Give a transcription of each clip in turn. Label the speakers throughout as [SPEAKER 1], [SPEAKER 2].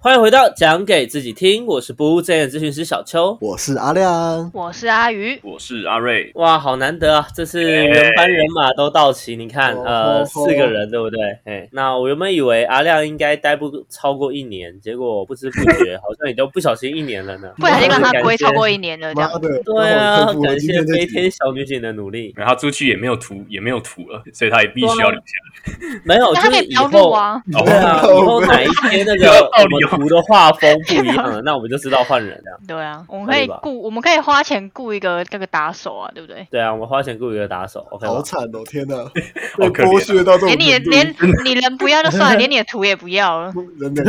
[SPEAKER 1] 欢迎回到讲给自己听，我是不务正业咨询师小邱。
[SPEAKER 2] 我是阿亮，
[SPEAKER 3] 我是阿鱼，
[SPEAKER 4] 我是阿瑞，
[SPEAKER 1] 哇，好难得啊！这次原班人马都到齐，你看，
[SPEAKER 2] 哦
[SPEAKER 1] 呃，
[SPEAKER 2] 哦
[SPEAKER 1] 四个人对不对？哎，那我原本以为阿亮应该待不超过一年，结果不知不觉好像也就不小心一年了呢。
[SPEAKER 3] 不小心让他
[SPEAKER 1] 感谢
[SPEAKER 3] 龟超过一年了，这样
[SPEAKER 2] 妈的，
[SPEAKER 1] 对
[SPEAKER 2] 让我
[SPEAKER 1] 啊
[SPEAKER 2] 佩，服我
[SPEAKER 1] 感
[SPEAKER 2] 今
[SPEAKER 1] 谢
[SPEAKER 2] 天这
[SPEAKER 1] 飞
[SPEAKER 2] 集
[SPEAKER 1] 天小女警的努力。
[SPEAKER 4] 然后他出去也没有图，也没有图了，所以他也必
[SPEAKER 3] 啊
[SPEAKER 4] 须要留下。
[SPEAKER 1] 没有，就
[SPEAKER 3] 那他
[SPEAKER 1] 是
[SPEAKER 3] 可以
[SPEAKER 1] 以
[SPEAKER 3] 标录
[SPEAKER 1] 后
[SPEAKER 3] 啊，
[SPEAKER 4] 哦
[SPEAKER 1] 对啊，以 后哪一天那
[SPEAKER 4] 有
[SPEAKER 1] 个
[SPEAKER 4] 道
[SPEAKER 1] 我
[SPEAKER 4] 理哦
[SPEAKER 1] 们图的画风不一样了，那我们就知道换人了。
[SPEAKER 3] 对啊，我们
[SPEAKER 1] 可
[SPEAKER 3] 可
[SPEAKER 1] 以
[SPEAKER 3] 以
[SPEAKER 1] 吧
[SPEAKER 3] 雇，我们可以花钱雇一个这个打手啊，对不对？
[SPEAKER 1] 对啊，我们花钱雇一个打手，OK
[SPEAKER 2] 好
[SPEAKER 1] 吧？
[SPEAKER 2] 惨哦！天哪，
[SPEAKER 4] 好可怜啊
[SPEAKER 2] 剥削到这种
[SPEAKER 3] 连你的
[SPEAKER 2] 程度，
[SPEAKER 3] 连你人不要就 算了，连你的图也不要了，
[SPEAKER 2] 人的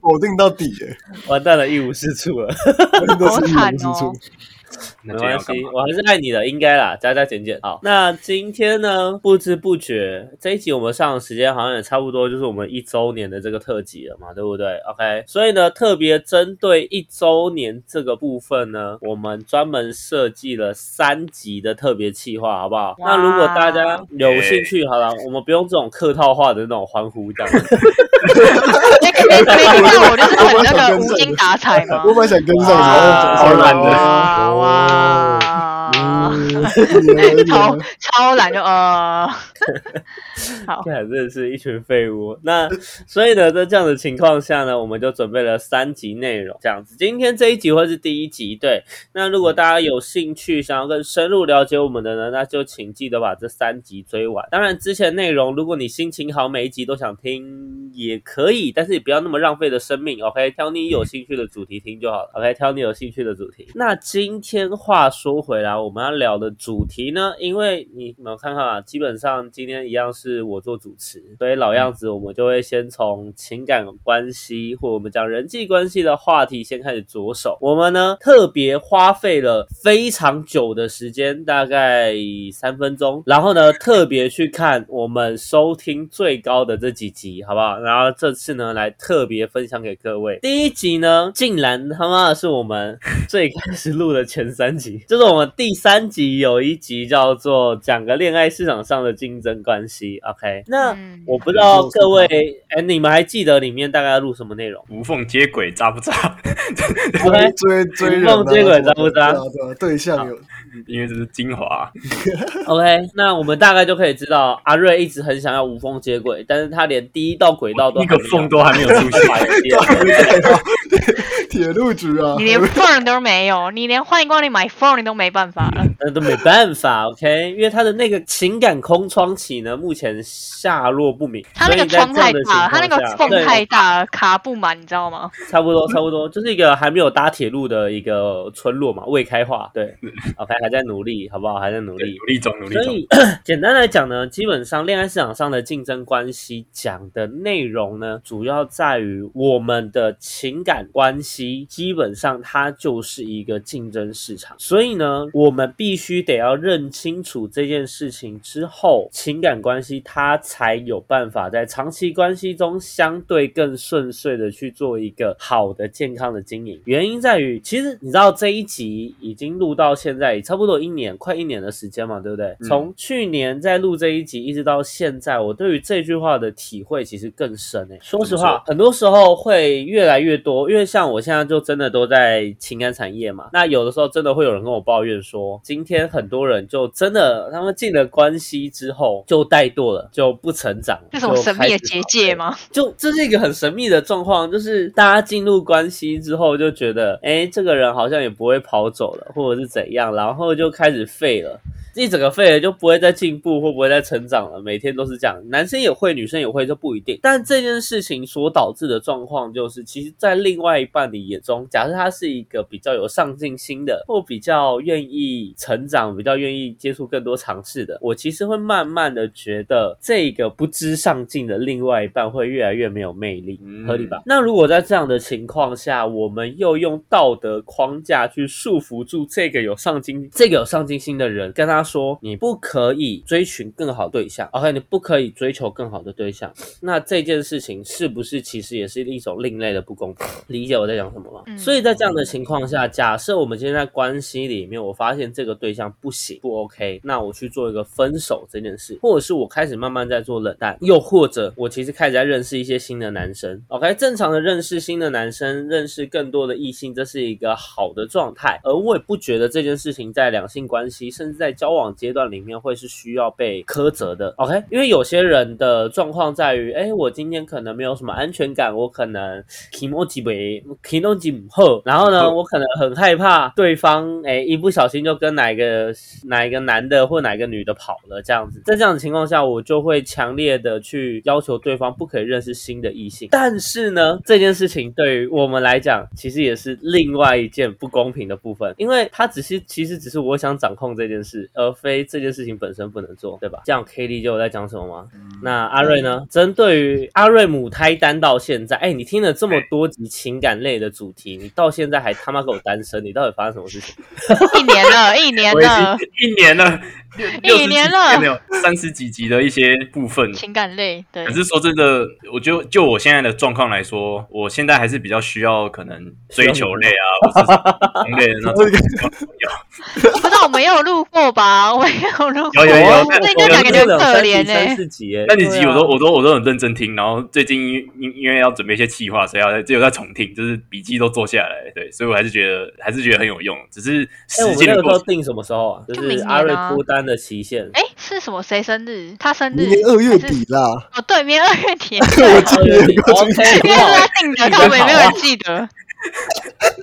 [SPEAKER 2] 否定到底耶，
[SPEAKER 1] 完蛋了，一无是处了。
[SPEAKER 2] 真的
[SPEAKER 3] 好
[SPEAKER 2] 是一
[SPEAKER 3] 惨
[SPEAKER 2] 无是
[SPEAKER 3] 哦
[SPEAKER 2] 处。！
[SPEAKER 4] 那
[SPEAKER 1] 没
[SPEAKER 4] 今天
[SPEAKER 1] 关
[SPEAKER 4] 要干
[SPEAKER 1] 系
[SPEAKER 4] 嘛，？
[SPEAKER 1] 我还是爱你的，应该啦，加加减减。好，那今天呢，不知不觉这一集我们上的时间好像也差不多，就是我们一周年的这个特辑了嘛，对不对？OK，所以呢，特别针对一周年这个部分呢，我们专门设计了三集的特别企划，好不好？
[SPEAKER 3] 哇
[SPEAKER 1] 那如果大家有兴趣，好了，我们不用这种客套话的那种欢呼，这样。
[SPEAKER 3] 那个没没听到，我就是很那个无精打采嘛。
[SPEAKER 2] 我本来想跟上，
[SPEAKER 1] 哇
[SPEAKER 2] 然后
[SPEAKER 4] 好懒的
[SPEAKER 3] 哇
[SPEAKER 1] 哦
[SPEAKER 3] 哇，
[SPEAKER 2] 的
[SPEAKER 3] 超超懒就呃，好
[SPEAKER 1] 看，真的是一群废物。那所以呢，在这样的情况下呢，我们就准备了三集内容，这样子。今天这一集会是第一集，对。那如果大家有兴趣，想要更深入了解我们的呢，那就请记得把这三集追完。当然，之前内容如果你心情好，每一集都想听也可以，但是也不要那么浪费的生命。OK，挑你有兴趣的主题听就好了。OK，挑你有兴趣的主题。那今天话说回来，我们要聊的主题呢，因为你们看看啊，基本上今天一样是我做主持，所以老样子，我们就会先从情感关系或我们讲人际关系的话题先开始着手。我们呢特别花费了非常久的时间，大概三分钟，然后呢特别去看我们收听最高的这几集，好不好？然后这次呢来特别分享给各位。第一集呢，竟然他妈的是我们最开始录的前三集，就是我们第三集有一集叫做讲个恋爱市场上的竞争关系。OK，那。
[SPEAKER 3] 嗯
[SPEAKER 1] 我不知道各位，哎、你们还记得里面大概要录什么内容
[SPEAKER 4] 无缝接轨，渣不渣？
[SPEAKER 1] ？OK，
[SPEAKER 2] 追追人啊，
[SPEAKER 1] 梦接轨渣不渣
[SPEAKER 2] 对啊？对啊对象有
[SPEAKER 4] 因为这是精华，啊
[SPEAKER 1] OK，那我们大概就可以知道，阿瑞一直很想要无缝接轨，但是他连第一道轨道都
[SPEAKER 4] 一个缝都还没有 出现。
[SPEAKER 1] 白啊
[SPEAKER 2] 铁路局啊，
[SPEAKER 3] 你连 phone 都没有，你连欢迎光临买 phone 你都没办法了。
[SPEAKER 1] 那都没办法，OK，因为他的那个情感空窗期呢，目前下落不明。
[SPEAKER 3] 他那个
[SPEAKER 1] 所以在这
[SPEAKER 3] 窗太
[SPEAKER 1] 样的情
[SPEAKER 3] 大了，
[SPEAKER 1] 况
[SPEAKER 3] 他那个
[SPEAKER 1] 下
[SPEAKER 3] 缝
[SPEAKER 1] 对
[SPEAKER 3] 太大了，卡不满，你知道吗？
[SPEAKER 1] 差不多，差不多，就是一个还没有搭铁路的一个村落嘛，未开化。对，OK，还在努力，好不好？还在努力
[SPEAKER 4] 努。力中，努力
[SPEAKER 1] 所
[SPEAKER 4] 中。
[SPEAKER 1] 以 简单来讲呢，基本上恋爱市场上的竞争关系讲的内容呢，主要在于我们的情感关系，基本上它就是一个竞争市场。所以呢，我们必须得要认清楚这件事情之后，情感关系它才有办法在长期关系中相对更顺遂的去做一个好的健康的经营。原因在于，其实你知道这一集已经录到现在，也差不多一年，快一年的时间嘛，对不对？
[SPEAKER 4] 嗯
[SPEAKER 1] 从去年在录这一集一直到现在，我对于这句话的体会其实更深诶、说实
[SPEAKER 4] 怎么
[SPEAKER 1] 话
[SPEAKER 4] 说，
[SPEAKER 1] 很多时候会越来越多，因为像我现在就真的都在情感产业嘛，那有的时候真的会有人跟我抱怨说，今天很多人就真的他们进了关系之后就怠惰了，就不成长了，
[SPEAKER 3] 这种
[SPEAKER 1] 就
[SPEAKER 3] 神
[SPEAKER 1] 开
[SPEAKER 3] 秘的
[SPEAKER 1] 始
[SPEAKER 3] 结
[SPEAKER 1] 跑
[SPEAKER 3] 界吗？
[SPEAKER 1] 就这是一个很神秘的状况，就是大家进入关系之后就觉得，哎，这个人好像也不会跑走了，或者是怎样，然后就开始废了，一整个废了就不会再进步，或不会再成长了，每天都是这样。男生也会，女生也会，就不一定。但这件事情所导致的状况就是，其实，在另外一半的眼中，假设他是一个比较有上进心的，或比较愿意成长、比较愿意接触更多尝试的，我其实会慢慢的觉得，这个不知上进的另外一半会越来越没有魅力，
[SPEAKER 4] 嗯
[SPEAKER 1] 合理吧？那如果在这样的情况下，我们又用道德框架去束缚住这个有上进、这个有上进心的人，跟他他说你不可以追寻更好对象，OK，你不可以追求更好的对象，那这件事情是不是其实也是一种另类的不公平？理解我在讲什么吗？
[SPEAKER 3] 嗯
[SPEAKER 1] 所以在这样的情况下，假设我们今天在关系里面，我发现这个对象不行不 OK，那我去做一个分手这件事，或者是我开始慢慢在做冷淡，又或者我其实开始在认识一些新的男生。OK，正常的认识新的男生，认识更多的异性，这是一个好的状态。而我也不觉得这件事情在两性关系，甚至在交往阶段里面会是需要被苛责的。OK，因为有些人的状况在于，哎，我今天可能没有什么安全感，我可能 k i m o j i 为 k i m o j i 不好，然后呢，我可能很害怕对方，哎，一不小心就跟哪一个哪一个男的或哪一个女的跑了这样子。在这样的情况下，我就会强烈的去要求对方不可以认识新的异性。但是呢，这件事情对于我们来讲，其实也是另外一件不公平的部分，因为他只是其实只是我想掌控这件事，而非这件事情本身不能做，对吧？这样 K D 就有在讲什么吗？那阿瑞呢？针对于阿瑞母胎单到现在，哎、你听了这么多集情感类的主题，你到现在还他妈给我单身，你到底发生什么事情？
[SPEAKER 3] 一年了，一年
[SPEAKER 4] 我已
[SPEAKER 3] 了，
[SPEAKER 4] 经一年了，六
[SPEAKER 3] 一年了
[SPEAKER 4] 没有三十几集的一些部分。
[SPEAKER 3] 情感类，对
[SPEAKER 4] 可，是说真的，我就就我现在的状况来说，我现在还是比较需要可能追求类啊，或者是同类的那种。
[SPEAKER 3] 不知道我们也有录过吧？ 我也有录过，哦
[SPEAKER 4] 有有有
[SPEAKER 3] 那应该讲感觉很可怜欸
[SPEAKER 1] 三
[SPEAKER 3] 呢。
[SPEAKER 1] 四集哎，
[SPEAKER 4] 那几集我都
[SPEAKER 1] 对啊
[SPEAKER 4] 我都我都很认真听，然后最近因因因为要准备一些企划，所以要只有在重听，就是笔记都做下来，对，所以我还是觉得还是觉得很有用，只是
[SPEAKER 1] 哎，
[SPEAKER 4] 实
[SPEAKER 1] 我们
[SPEAKER 4] 践
[SPEAKER 1] 那个时
[SPEAKER 4] 的过
[SPEAKER 1] 候
[SPEAKER 4] 程。
[SPEAKER 1] 定什么时候啊？就
[SPEAKER 3] 就明
[SPEAKER 1] 是
[SPEAKER 3] 年
[SPEAKER 1] 阿瑞
[SPEAKER 3] 啊
[SPEAKER 1] 脱单的期 限。
[SPEAKER 3] 哎，是什么？谁生日？他生
[SPEAKER 2] 明
[SPEAKER 3] 日？
[SPEAKER 2] 年二月底啦，
[SPEAKER 3] 哦，对，明年二月底。
[SPEAKER 2] 我今
[SPEAKER 1] 二月
[SPEAKER 2] 年
[SPEAKER 1] 底，OK，
[SPEAKER 3] 因为是
[SPEAKER 1] 好
[SPEAKER 3] 他定的，看我们有没有
[SPEAKER 4] 啊
[SPEAKER 3] 人记得。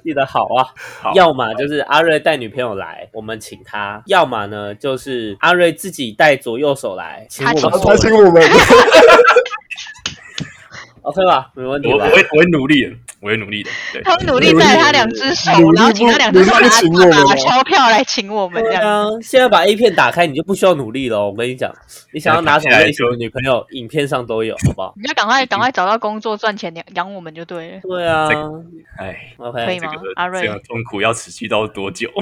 [SPEAKER 1] 记得好啊。
[SPEAKER 4] 好
[SPEAKER 1] 要么就是阿瑞带女朋友来，我们请他；要么呢，就是阿瑞自己带左右手来，请我们
[SPEAKER 3] 他
[SPEAKER 2] 他
[SPEAKER 1] 所
[SPEAKER 2] 他
[SPEAKER 3] 请
[SPEAKER 1] 有人
[SPEAKER 2] 请我们，
[SPEAKER 1] ，OK 吧？没问题
[SPEAKER 4] 我我
[SPEAKER 1] 吧？
[SPEAKER 4] 会我会努力的，我会努力的， 对。
[SPEAKER 3] 他努力带他两只手
[SPEAKER 2] 努，力不
[SPEAKER 3] 然后请他两只手拿
[SPEAKER 2] 努力不请我们
[SPEAKER 3] 拿
[SPEAKER 2] 吗
[SPEAKER 3] 钞票来请我们 这
[SPEAKER 1] 对
[SPEAKER 3] 样。
[SPEAKER 1] 啊，现在把 A 片打开，你就不需要努力了。我跟你讲，你想要拿什么类型的女朋友，影片上都有，好不好？
[SPEAKER 3] 你要赶快赶快找到工作赚钱养养我们就对了。
[SPEAKER 1] 对啊
[SPEAKER 4] 这哎，
[SPEAKER 3] 可
[SPEAKER 1] ，OK，
[SPEAKER 3] 以
[SPEAKER 4] 这
[SPEAKER 3] 吗
[SPEAKER 4] 个
[SPEAKER 3] 阿瑞
[SPEAKER 4] 这个痛苦要持续到多久？
[SPEAKER 1] 我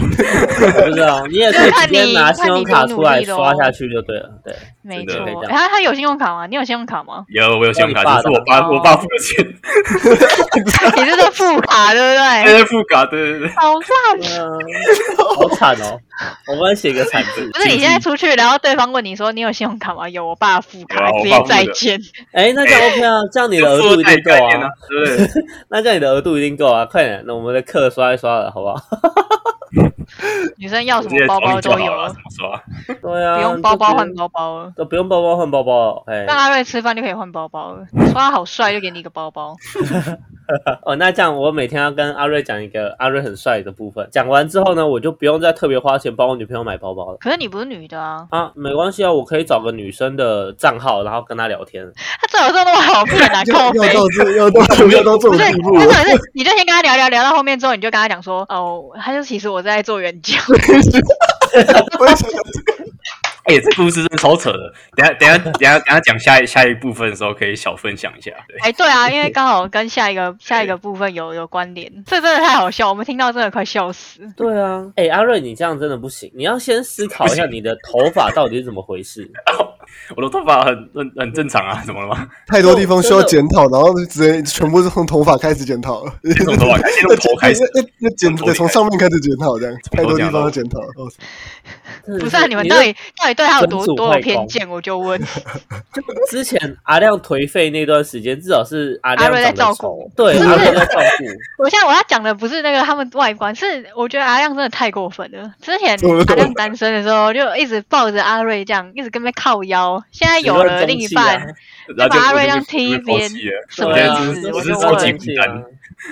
[SPEAKER 1] 不知道，你也可以直接拿信用卡出来刷下去就对 了。对，
[SPEAKER 3] 没
[SPEAKER 4] 真
[SPEAKER 3] 错，
[SPEAKER 4] 的？
[SPEAKER 1] 可以这样
[SPEAKER 3] 诶他他有信用卡吗？你有信用卡吗
[SPEAKER 4] 有我有信用卡，
[SPEAKER 1] 帮你爸
[SPEAKER 4] 只是我爸
[SPEAKER 3] 的
[SPEAKER 4] 我爸付的钱，
[SPEAKER 3] 你这是副卡对 不
[SPEAKER 4] 现
[SPEAKER 3] 对？
[SPEAKER 4] 在付卡，对对对，
[SPEAKER 3] 好烂！
[SPEAKER 1] 对啊，好惨哦，我们要写个惨 字。
[SPEAKER 3] 不是你现在出去，然后对方问你说你有信用卡吗？有，我爸副卡，
[SPEAKER 4] 有啊
[SPEAKER 3] 直
[SPEAKER 4] 我
[SPEAKER 3] 接
[SPEAKER 4] 爸付的
[SPEAKER 3] 再见。
[SPEAKER 1] 哎，那这样 OK 啊，这样你的额
[SPEAKER 4] 付
[SPEAKER 1] 度一
[SPEAKER 4] 贷
[SPEAKER 1] 定够
[SPEAKER 4] 概念
[SPEAKER 1] 啊
[SPEAKER 4] 啊。，对不对？
[SPEAKER 1] 那这样你的额度一定够啊！快点，那我们的课刷一刷了，好不 好？
[SPEAKER 3] 女生要
[SPEAKER 4] 直
[SPEAKER 3] 什
[SPEAKER 4] 接
[SPEAKER 3] 么包
[SPEAKER 4] 找
[SPEAKER 3] 包
[SPEAKER 4] 你就
[SPEAKER 3] 都
[SPEAKER 4] 好了，
[SPEAKER 3] 有
[SPEAKER 4] 怎，么说？
[SPEAKER 1] 对啊，
[SPEAKER 3] 不用包包换
[SPEAKER 1] 就直接，
[SPEAKER 3] 包包了。
[SPEAKER 1] 都不用包包换包包了。哎、
[SPEAKER 3] 让阿瑞吃饭就可以换包包了，说他好帅就给你一个包包。
[SPEAKER 1] 哦，那这样我每天要跟阿瑞讲一个阿瑞很帅的部分，讲完之后呢，我就不用再特别花钱帮我女朋友买包包了。
[SPEAKER 3] 可是你不是女的啊，
[SPEAKER 1] 啊，没关系啊，我可以找个女生的账号，然后跟她聊 天。
[SPEAKER 3] 他最好做那么好骗 啊，
[SPEAKER 2] 要
[SPEAKER 3] 靠背
[SPEAKER 2] 要。到这要到要到这
[SPEAKER 3] 不
[SPEAKER 2] 种
[SPEAKER 3] 是，
[SPEAKER 2] 地步
[SPEAKER 3] 不
[SPEAKER 2] 了，
[SPEAKER 3] 是，是你就先跟他聊聊聊到后面之后，你就跟他讲说，哦，他就其实我在做援交，
[SPEAKER 2] 我也想
[SPEAKER 4] 哎，这故事真的超扯的。等一下等一下等一下等一下讲下一下一部分的时候，可以小分享一下。对，
[SPEAKER 3] 哎，对啊，因为刚好跟下一个下一个部分有有关联，这真的太好笑，我们听到真的快笑死。
[SPEAKER 1] 对啊，哎、阿瑞，你这样真的不行，你要先思考一下你的头发到底是怎么回 事。
[SPEAKER 4] 我的头发很很很正常啊，怎么了吗？
[SPEAKER 2] 太多地方需要检讨，然后就直接全部是从头发开始 检讨了。
[SPEAKER 4] 先从头发开始，先从头 开始。
[SPEAKER 2] 要要要检，对，从上面开始检讨，这样
[SPEAKER 4] 从
[SPEAKER 2] 太
[SPEAKER 4] 头
[SPEAKER 2] 多地
[SPEAKER 4] 讲
[SPEAKER 2] 方要
[SPEAKER 4] 到
[SPEAKER 2] 检讨。哦
[SPEAKER 1] 真的
[SPEAKER 3] 不是啊，你们到
[SPEAKER 1] 这
[SPEAKER 3] 底到底对他有多
[SPEAKER 1] 神主
[SPEAKER 3] 多有
[SPEAKER 1] 快
[SPEAKER 3] 偏
[SPEAKER 1] 攻
[SPEAKER 3] 见？我就问，
[SPEAKER 1] 之前阿亮颓废那段时间，至少是阿亮
[SPEAKER 3] 阿瑞在
[SPEAKER 1] 长得
[SPEAKER 3] 照
[SPEAKER 1] 丑
[SPEAKER 3] 顾
[SPEAKER 1] 对，
[SPEAKER 3] 不 是
[SPEAKER 1] 阿瑞在照顾。
[SPEAKER 3] 我现在我要讲的不是那个他们外观，是我觉得阿亮真的太过分了。之前
[SPEAKER 2] 怎么了
[SPEAKER 3] 阿亮单身的时候，就一直抱着阿瑞这样，一直跟他靠腰。现在有了
[SPEAKER 1] 啊
[SPEAKER 3] 另一半，
[SPEAKER 4] 然后就
[SPEAKER 3] 把阿瑞
[SPEAKER 4] 我就
[SPEAKER 3] 让
[SPEAKER 4] 被
[SPEAKER 3] 踢一
[SPEAKER 4] 被抛
[SPEAKER 3] 边
[SPEAKER 4] 弃了
[SPEAKER 3] 什
[SPEAKER 4] 我
[SPEAKER 3] 么
[SPEAKER 4] 觉
[SPEAKER 3] 意
[SPEAKER 4] 得
[SPEAKER 1] 啊
[SPEAKER 4] 这
[SPEAKER 3] 思？
[SPEAKER 4] 是
[SPEAKER 1] 这
[SPEAKER 3] 我就
[SPEAKER 4] 这
[SPEAKER 3] 是问
[SPEAKER 4] 超
[SPEAKER 1] 问
[SPEAKER 4] 级
[SPEAKER 1] 题
[SPEAKER 3] 了，
[SPEAKER 4] 孤单
[SPEAKER 1] 啊。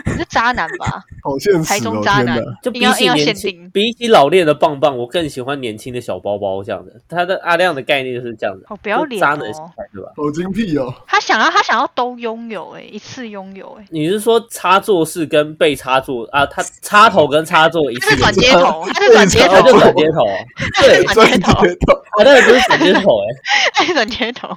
[SPEAKER 3] 你是渣男吧？
[SPEAKER 2] 好现实
[SPEAKER 3] 台中
[SPEAKER 2] 哦，
[SPEAKER 3] 渣
[SPEAKER 2] 天
[SPEAKER 3] 男
[SPEAKER 2] 哪！
[SPEAKER 1] 就比
[SPEAKER 3] 你要
[SPEAKER 1] 起
[SPEAKER 3] 要
[SPEAKER 1] 年
[SPEAKER 3] 限
[SPEAKER 1] 轻，
[SPEAKER 3] 定
[SPEAKER 1] 比起老练的棒棒，我更喜欢年轻的小包包这样的。他的阿亮的概念就是这样的，
[SPEAKER 3] 好不要
[SPEAKER 1] 就是
[SPEAKER 3] 脸
[SPEAKER 1] 渣男心
[SPEAKER 3] 哦！
[SPEAKER 1] 态对吧？
[SPEAKER 2] 好精辟哦，
[SPEAKER 3] 他想要他想要都拥有、欸，一次拥有、欸，
[SPEAKER 1] 你是说插座式跟被插座啊？他插头跟插座一
[SPEAKER 3] 他
[SPEAKER 1] 次
[SPEAKER 3] 是转
[SPEAKER 1] 有，
[SPEAKER 3] 接头，他是转
[SPEAKER 2] 对
[SPEAKER 3] 接
[SPEAKER 1] 哦他就
[SPEAKER 3] 头，
[SPEAKER 1] 转接头，对，
[SPEAKER 3] 转接头
[SPEAKER 1] 阿亮就是转接头哎，
[SPEAKER 3] 爱转接头，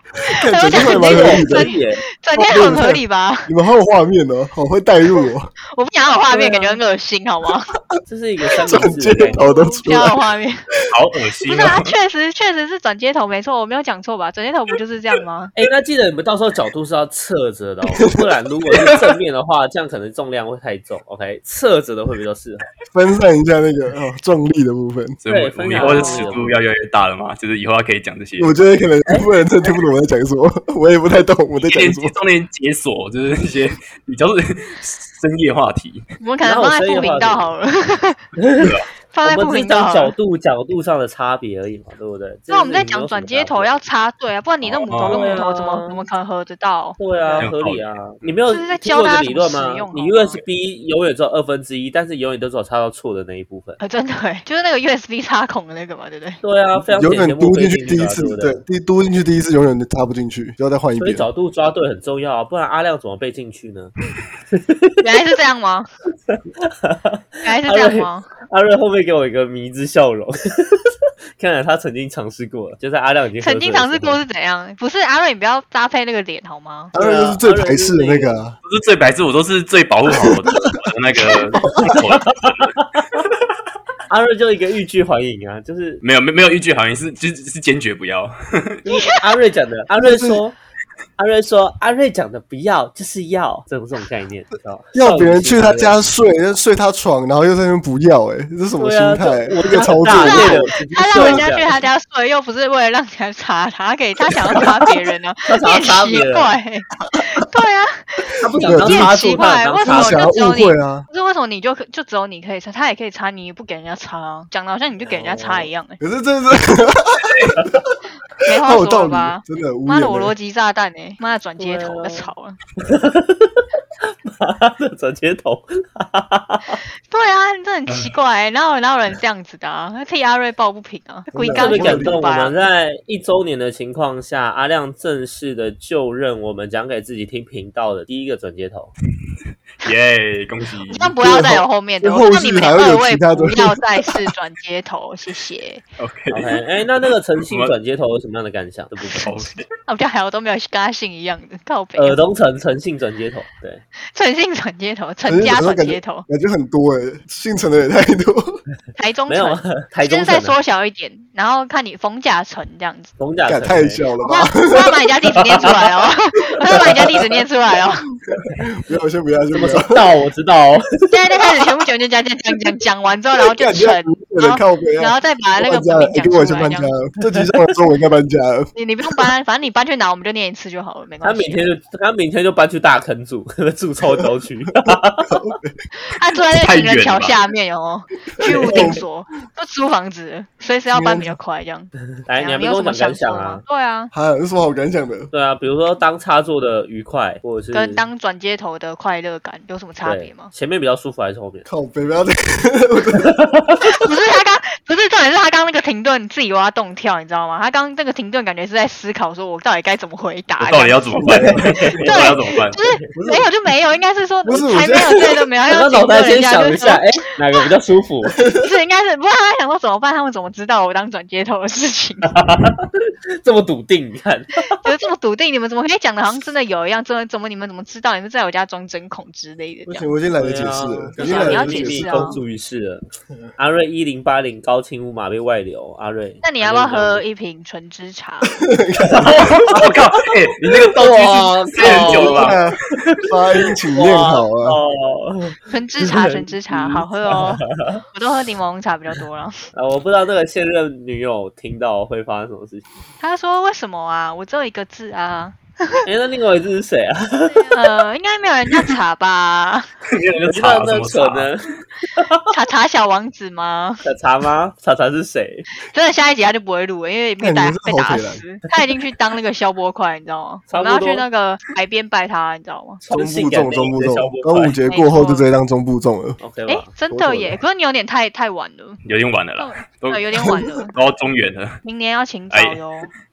[SPEAKER 2] 感觉真
[SPEAKER 3] 我讲
[SPEAKER 2] 的
[SPEAKER 3] 这
[SPEAKER 2] 蛮
[SPEAKER 3] 个
[SPEAKER 2] 合理
[SPEAKER 1] 真
[SPEAKER 2] 的。
[SPEAKER 1] 耶，
[SPEAKER 3] 转接头很合理吧？
[SPEAKER 2] 你们好有画面哦，好会带 入哦，
[SPEAKER 3] 我不想要有画面，
[SPEAKER 1] 对啊
[SPEAKER 3] 感觉很恶心，好吗？
[SPEAKER 1] 这是一个三
[SPEAKER 2] 转
[SPEAKER 1] 明治
[SPEAKER 2] 接
[SPEAKER 1] 的概 念。
[SPEAKER 2] 头都
[SPEAKER 3] 不
[SPEAKER 2] 出
[SPEAKER 3] 要有
[SPEAKER 2] 来。
[SPEAKER 3] 画面，
[SPEAKER 4] 好恶
[SPEAKER 3] 不
[SPEAKER 4] 心
[SPEAKER 3] 是 啊，
[SPEAKER 4] 哦！
[SPEAKER 3] 确实确实是转接头，没错，我没有讲错吧？转接头不就是这样 吗？
[SPEAKER 1] 哎、那记得你们到时候角度是要侧着的、哦，不然如果是正面的话，这样可能重量会太重。OK，侧着的会比较适合。
[SPEAKER 2] 分散一下那个哦重力的部分。
[SPEAKER 4] 所以
[SPEAKER 1] 对
[SPEAKER 4] 我
[SPEAKER 1] 分
[SPEAKER 4] 我以
[SPEAKER 1] 享
[SPEAKER 4] 后的
[SPEAKER 1] 到
[SPEAKER 4] 尺
[SPEAKER 1] 我
[SPEAKER 4] 度要越来越大了嘛，就是以后要可以讲这些。
[SPEAKER 2] 我觉得可能有部分人真的听不懂我在讲什么， 我也不太懂我在讲
[SPEAKER 4] 重点
[SPEAKER 2] 什 么。
[SPEAKER 4] 重点解锁就是一些比较是深夜话题，
[SPEAKER 3] 我们可能放在副频道好了， 放在
[SPEAKER 1] 我
[SPEAKER 3] 副
[SPEAKER 1] 们只是
[SPEAKER 3] 频道
[SPEAKER 1] 讲
[SPEAKER 3] 好
[SPEAKER 1] 角
[SPEAKER 3] 了。
[SPEAKER 1] 度角度上的差别而已嘛，对不对？
[SPEAKER 3] 那我们在讲转接头要插队啊，不然你那母头跟
[SPEAKER 1] 哦
[SPEAKER 3] 母头怎么怎么可能合得到？
[SPEAKER 1] 对
[SPEAKER 4] 没
[SPEAKER 1] 啊，
[SPEAKER 4] 有
[SPEAKER 1] 合
[SPEAKER 4] 道
[SPEAKER 1] 理
[SPEAKER 4] 理
[SPEAKER 1] 啊。你没有
[SPEAKER 3] 就是在
[SPEAKER 1] 听过
[SPEAKER 3] 教大
[SPEAKER 1] 的
[SPEAKER 3] 家
[SPEAKER 1] 理论
[SPEAKER 3] 怎么
[SPEAKER 1] 吗
[SPEAKER 3] 使用？
[SPEAKER 1] 你
[SPEAKER 3] 好吗
[SPEAKER 1] USB 永远只有二分之一，但是永远都只有插到错的那一部分。
[SPEAKER 3] 呃，真的欸，就是那个 USB 插孔的那个嘛，对不 对？
[SPEAKER 1] 对啊，非常
[SPEAKER 2] 永
[SPEAKER 1] 典
[SPEAKER 2] 远
[SPEAKER 1] 型
[SPEAKER 2] 嘟
[SPEAKER 1] 目
[SPEAKER 2] 进
[SPEAKER 1] 标
[SPEAKER 2] 去第
[SPEAKER 1] 性
[SPEAKER 2] 一
[SPEAKER 1] 的啊
[SPEAKER 2] 次
[SPEAKER 1] 对不，
[SPEAKER 2] 对，第嘟进去第一次永远插不进去，要再换一
[SPEAKER 1] 所以
[SPEAKER 2] 遍。
[SPEAKER 1] 角度抓对很重要啊，不然阿亮怎么被进去呢？
[SPEAKER 3] 原来是这样吗？原来是这样吗？
[SPEAKER 1] 阿瑞后面给我一个迷之笑容， 看来他曾经尝试过了，就在阿亮已经喝醉的
[SPEAKER 3] 曾经
[SPEAKER 1] 时候
[SPEAKER 3] 尝试过是怎样？不是阿瑞，你不要搭配那个脸好吗？
[SPEAKER 2] 当然就是最排斥的那个啊，
[SPEAKER 4] 不是最白痴，我都是最保护好我的我的那个我的
[SPEAKER 1] 阿瑞就一个欲拒还迎啊，就是
[SPEAKER 4] 没有没有没有一句好像是就是是坚决不要，
[SPEAKER 1] 就是阿瑞讲的，阿瑞说。阿瑞说：“阿瑞讲的不要就是要，这种这种概念，你知道吗
[SPEAKER 2] 要别人去他家睡，要睡他床，然后又在那边不要，哎，这是什么
[SPEAKER 1] 对
[SPEAKER 2] 心
[SPEAKER 1] 啊，
[SPEAKER 2] 态？
[SPEAKER 1] 这我
[SPEAKER 2] 这个操作
[SPEAKER 1] 大
[SPEAKER 3] 对
[SPEAKER 1] 类
[SPEAKER 3] 啊
[SPEAKER 1] 的，直接
[SPEAKER 3] 他
[SPEAKER 1] 说
[SPEAKER 3] 让人家
[SPEAKER 1] 这
[SPEAKER 3] 去
[SPEAKER 1] 样
[SPEAKER 3] 他家睡，又不是为了让人家插他，他给他想要插别人呢、哦
[SPEAKER 1] 他
[SPEAKER 3] 你
[SPEAKER 1] 想要
[SPEAKER 3] 很
[SPEAKER 1] 插别
[SPEAKER 3] 奇
[SPEAKER 1] 人，
[SPEAKER 3] 怪欸、对啊，
[SPEAKER 1] 他不想当插树，他想当插树
[SPEAKER 2] 他
[SPEAKER 3] 欸为什
[SPEAKER 2] 想
[SPEAKER 3] 么
[SPEAKER 2] 要误会啊。
[SPEAKER 3] 可是为什么你就可就只有你可以插，他也可以插，你也不给人家插、啊，讲的好像你就给人
[SPEAKER 2] 哦
[SPEAKER 3] 家插一样、 欸，
[SPEAKER 2] 可是这是
[SPEAKER 3] 没话
[SPEAKER 2] 好有
[SPEAKER 3] 说
[SPEAKER 2] 道
[SPEAKER 3] 了
[SPEAKER 2] 理
[SPEAKER 3] 吧，？
[SPEAKER 2] 真的无
[SPEAKER 3] 妈
[SPEAKER 2] 言
[SPEAKER 3] 的，我逻
[SPEAKER 2] 欸。
[SPEAKER 3] 辑炸弹哎、欸！妈的，转接
[SPEAKER 1] 对
[SPEAKER 3] 头，
[SPEAKER 1] 啊
[SPEAKER 3] 不要吵了。
[SPEAKER 1] 他的转接头，
[SPEAKER 3] 对啊，你这很奇怪、欸，哪有哪有人这样子的啊？替阿瑞抱不平啊！故意
[SPEAKER 2] 真的
[SPEAKER 1] 特
[SPEAKER 3] 刚
[SPEAKER 1] 别
[SPEAKER 3] 就
[SPEAKER 1] 感
[SPEAKER 3] 是
[SPEAKER 1] 动。
[SPEAKER 3] 不
[SPEAKER 1] 我
[SPEAKER 3] 吧
[SPEAKER 1] 们？在一周年的情况下，阿亮正式的就任我们讲给自己听频道的第一个转接头。
[SPEAKER 4] 耶，恭喜！
[SPEAKER 3] 但不要再有后面的，哦
[SPEAKER 2] 后续
[SPEAKER 3] 那你们
[SPEAKER 2] 还会有
[SPEAKER 3] 二位
[SPEAKER 2] 其他的
[SPEAKER 3] 不要再是转接头，谢谢。
[SPEAKER 4] OK，
[SPEAKER 1] OK，哎、那那个诚信转接头有什么样的感想？对不
[SPEAKER 4] 好
[SPEAKER 1] 对？
[SPEAKER 3] 那我们家还有都没有跟他姓一样的，告别。
[SPEAKER 1] 耳东城诚信转接头，对，
[SPEAKER 3] 陈姓转接头，
[SPEAKER 2] 可
[SPEAKER 3] 陈
[SPEAKER 2] 是
[SPEAKER 3] 家
[SPEAKER 2] 有时候
[SPEAKER 3] 转
[SPEAKER 2] 感
[SPEAKER 3] 接
[SPEAKER 2] 觉
[SPEAKER 3] 头，
[SPEAKER 2] 感觉很多哎，姓陈的也太 多，
[SPEAKER 3] 台中
[SPEAKER 1] 没有啊
[SPEAKER 3] 城，
[SPEAKER 1] 台
[SPEAKER 3] 就
[SPEAKER 1] 中城
[SPEAKER 3] 是再
[SPEAKER 1] 啊、
[SPEAKER 3] 缩小一点，然后看你冯甲城这样子。
[SPEAKER 1] 冯甲
[SPEAKER 2] 感
[SPEAKER 1] 城，
[SPEAKER 2] 太小了
[SPEAKER 1] 哦
[SPEAKER 3] 我要
[SPEAKER 2] 吧？
[SPEAKER 3] 我要把你家地址念出来 哦，我要把你家地址念出来哦。
[SPEAKER 2] 不要，先不要，先
[SPEAKER 1] 怎
[SPEAKER 2] 不
[SPEAKER 1] 么
[SPEAKER 2] 要。
[SPEAKER 1] 知道？我知道哦，
[SPEAKER 3] 现在就开始全部讲讲讲讲讲讲讲完之后，然后 就
[SPEAKER 2] 感 觉
[SPEAKER 3] 城，然后
[SPEAKER 2] 靠北啊
[SPEAKER 3] 然后再把那个
[SPEAKER 2] 搬家
[SPEAKER 3] 本
[SPEAKER 2] 了，
[SPEAKER 3] 名
[SPEAKER 2] 哎
[SPEAKER 3] 讲
[SPEAKER 2] 给
[SPEAKER 3] 出
[SPEAKER 2] 我
[SPEAKER 3] 来
[SPEAKER 2] 先
[SPEAKER 3] 这
[SPEAKER 2] 搬家
[SPEAKER 3] 样。
[SPEAKER 2] 了。这集上完之后，我应该搬家了。
[SPEAKER 3] 你你不用搬，啊反正你搬去哪我们就念一次就好了，没
[SPEAKER 1] 他
[SPEAKER 3] 关
[SPEAKER 1] 明
[SPEAKER 3] 系。
[SPEAKER 1] 天就他明天就搬去大坑住， 住臭郊 区。
[SPEAKER 3] 他住在那个
[SPEAKER 4] 太
[SPEAKER 3] 行人
[SPEAKER 4] 远
[SPEAKER 3] 桥
[SPEAKER 4] 了吧
[SPEAKER 3] 下面哦，居无定所，就租房子，随时要搬比较快这样。
[SPEAKER 1] 来，哎你还没
[SPEAKER 3] 你哎
[SPEAKER 1] 跟
[SPEAKER 3] 有
[SPEAKER 1] 我
[SPEAKER 3] 什么
[SPEAKER 1] 讲
[SPEAKER 3] 想
[SPEAKER 1] 感想
[SPEAKER 3] 说吗
[SPEAKER 1] 啊？？
[SPEAKER 3] 对啊，
[SPEAKER 2] 哈，有什么好感想的？
[SPEAKER 1] 对啊，比如说当插座的愉快，或者是
[SPEAKER 3] 跟当转接头的快乐感有什么差
[SPEAKER 1] 对
[SPEAKER 3] 别吗？
[SPEAKER 1] 前面比较舒服还是后面？
[SPEAKER 2] 靠北，不要 再
[SPEAKER 3] 不是他刚，不是重点是他刚那个停顿自己挖洞跳，你知道吗？他刚那个停顿感觉是在思考，说我到底该怎么回答。
[SPEAKER 4] 我到底要怎么办？我到底要怎么办？
[SPEAKER 3] 就是
[SPEAKER 2] 不是
[SPEAKER 3] 没有就没有，应该是说
[SPEAKER 2] 不是
[SPEAKER 3] 还
[SPEAKER 2] 我
[SPEAKER 3] 没
[SPEAKER 2] 现
[SPEAKER 3] 有
[SPEAKER 2] 在
[SPEAKER 3] 对的没有，
[SPEAKER 1] 我
[SPEAKER 3] 要
[SPEAKER 1] 刚脑
[SPEAKER 3] 停
[SPEAKER 1] 袋
[SPEAKER 3] 顿
[SPEAKER 1] 先
[SPEAKER 3] 一下，
[SPEAKER 1] 想
[SPEAKER 3] 就
[SPEAKER 1] 一
[SPEAKER 3] 是说
[SPEAKER 1] 下，哎、哪个比较舒 服？
[SPEAKER 3] 不是应该是不是他在想说怎么办？他们怎么知道我当转接头的事情？
[SPEAKER 1] 这么笃定，你 看，
[SPEAKER 3] 就是这么笃定，你们怎么可以讲的好像真的有一样？真的怎么你们怎么知道？你们在我家装针孔之类的
[SPEAKER 2] 不
[SPEAKER 3] 这样
[SPEAKER 2] 行，？我已经懒得解释了，
[SPEAKER 1] 对
[SPEAKER 2] 已
[SPEAKER 1] 啊
[SPEAKER 2] 经
[SPEAKER 3] 你要
[SPEAKER 2] 懒得
[SPEAKER 3] 解
[SPEAKER 2] 解
[SPEAKER 3] 释
[SPEAKER 2] 释
[SPEAKER 3] 啊
[SPEAKER 1] 公诸于世了。阿瑞一零八零高清无码被外流，阿瑞，
[SPEAKER 3] 那你要不要喝？一瓶纯芝茶？
[SPEAKER 4] 我靠，哎，你那个道
[SPEAKER 1] 哇
[SPEAKER 4] 具是开很久了吧？
[SPEAKER 2] 啊发音请练好啊！
[SPEAKER 1] 哦，
[SPEAKER 3] 纯芝茶，纯芝茶，好喝哦。我都喝柠檬茶比较多了。
[SPEAKER 1] 啊，我不知道那个现任女友听到会发生什么事情。
[SPEAKER 3] 他说为什么啊？我只有一个字啊。
[SPEAKER 1] 哎、那另外一只是谁啊？
[SPEAKER 3] 呃，应该没有人叫茶吧？
[SPEAKER 4] 你 那
[SPEAKER 1] 我
[SPEAKER 4] 个
[SPEAKER 1] 知道
[SPEAKER 4] 查什
[SPEAKER 1] 那
[SPEAKER 4] 么啊
[SPEAKER 1] 扯
[SPEAKER 4] 查？
[SPEAKER 1] 呢？
[SPEAKER 3] 茶茶小王子吗？
[SPEAKER 1] 查查吗？查查是谁？
[SPEAKER 3] 真的下一集他就不会录了，因为被打
[SPEAKER 2] 那你们是
[SPEAKER 3] 被
[SPEAKER 2] 好
[SPEAKER 3] 打
[SPEAKER 2] 腿了
[SPEAKER 3] 死。他已经去当那个消波块，你知道吗？
[SPEAKER 1] 差
[SPEAKER 3] 我
[SPEAKER 1] 不
[SPEAKER 3] 们
[SPEAKER 1] 多
[SPEAKER 3] 要去那个海边拜他，你知道吗？
[SPEAKER 2] 中
[SPEAKER 1] 性
[SPEAKER 2] 部
[SPEAKER 1] 感
[SPEAKER 2] 中，
[SPEAKER 1] 的
[SPEAKER 2] 中部
[SPEAKER 1] 一
[SPEAKER 2] 哦
[SPEAKER 1] 只
[SPEAKER 2] 中
[SPEAKER 1] 小波，
[SPEAKER 2] 端
[SPEAKER 1] 块
[SPEAKER 2] 午节过后就直接当中部中了。
[SPEAKER 1] OK
[SPEAKER 3] 哎、
[SPEAKER 1] 吧？
[SPEAKER 3] 真
[SPEAKER 2] 妥妥
[SPEAKER 3] 的
[SPEAKER 2] 的
[SPEAKER 3] 耶！可是你有点太太晚了，哦
[SPEAKER 4] 有点晚了啦，都，
[SPEAKER 3] 对，有点晚了
[SPEAKER 4] 都要中原了。
[SPEAKER 3] 明年要请早
[SPEAKER 4] 哎
[SPEAKER 3] 哟。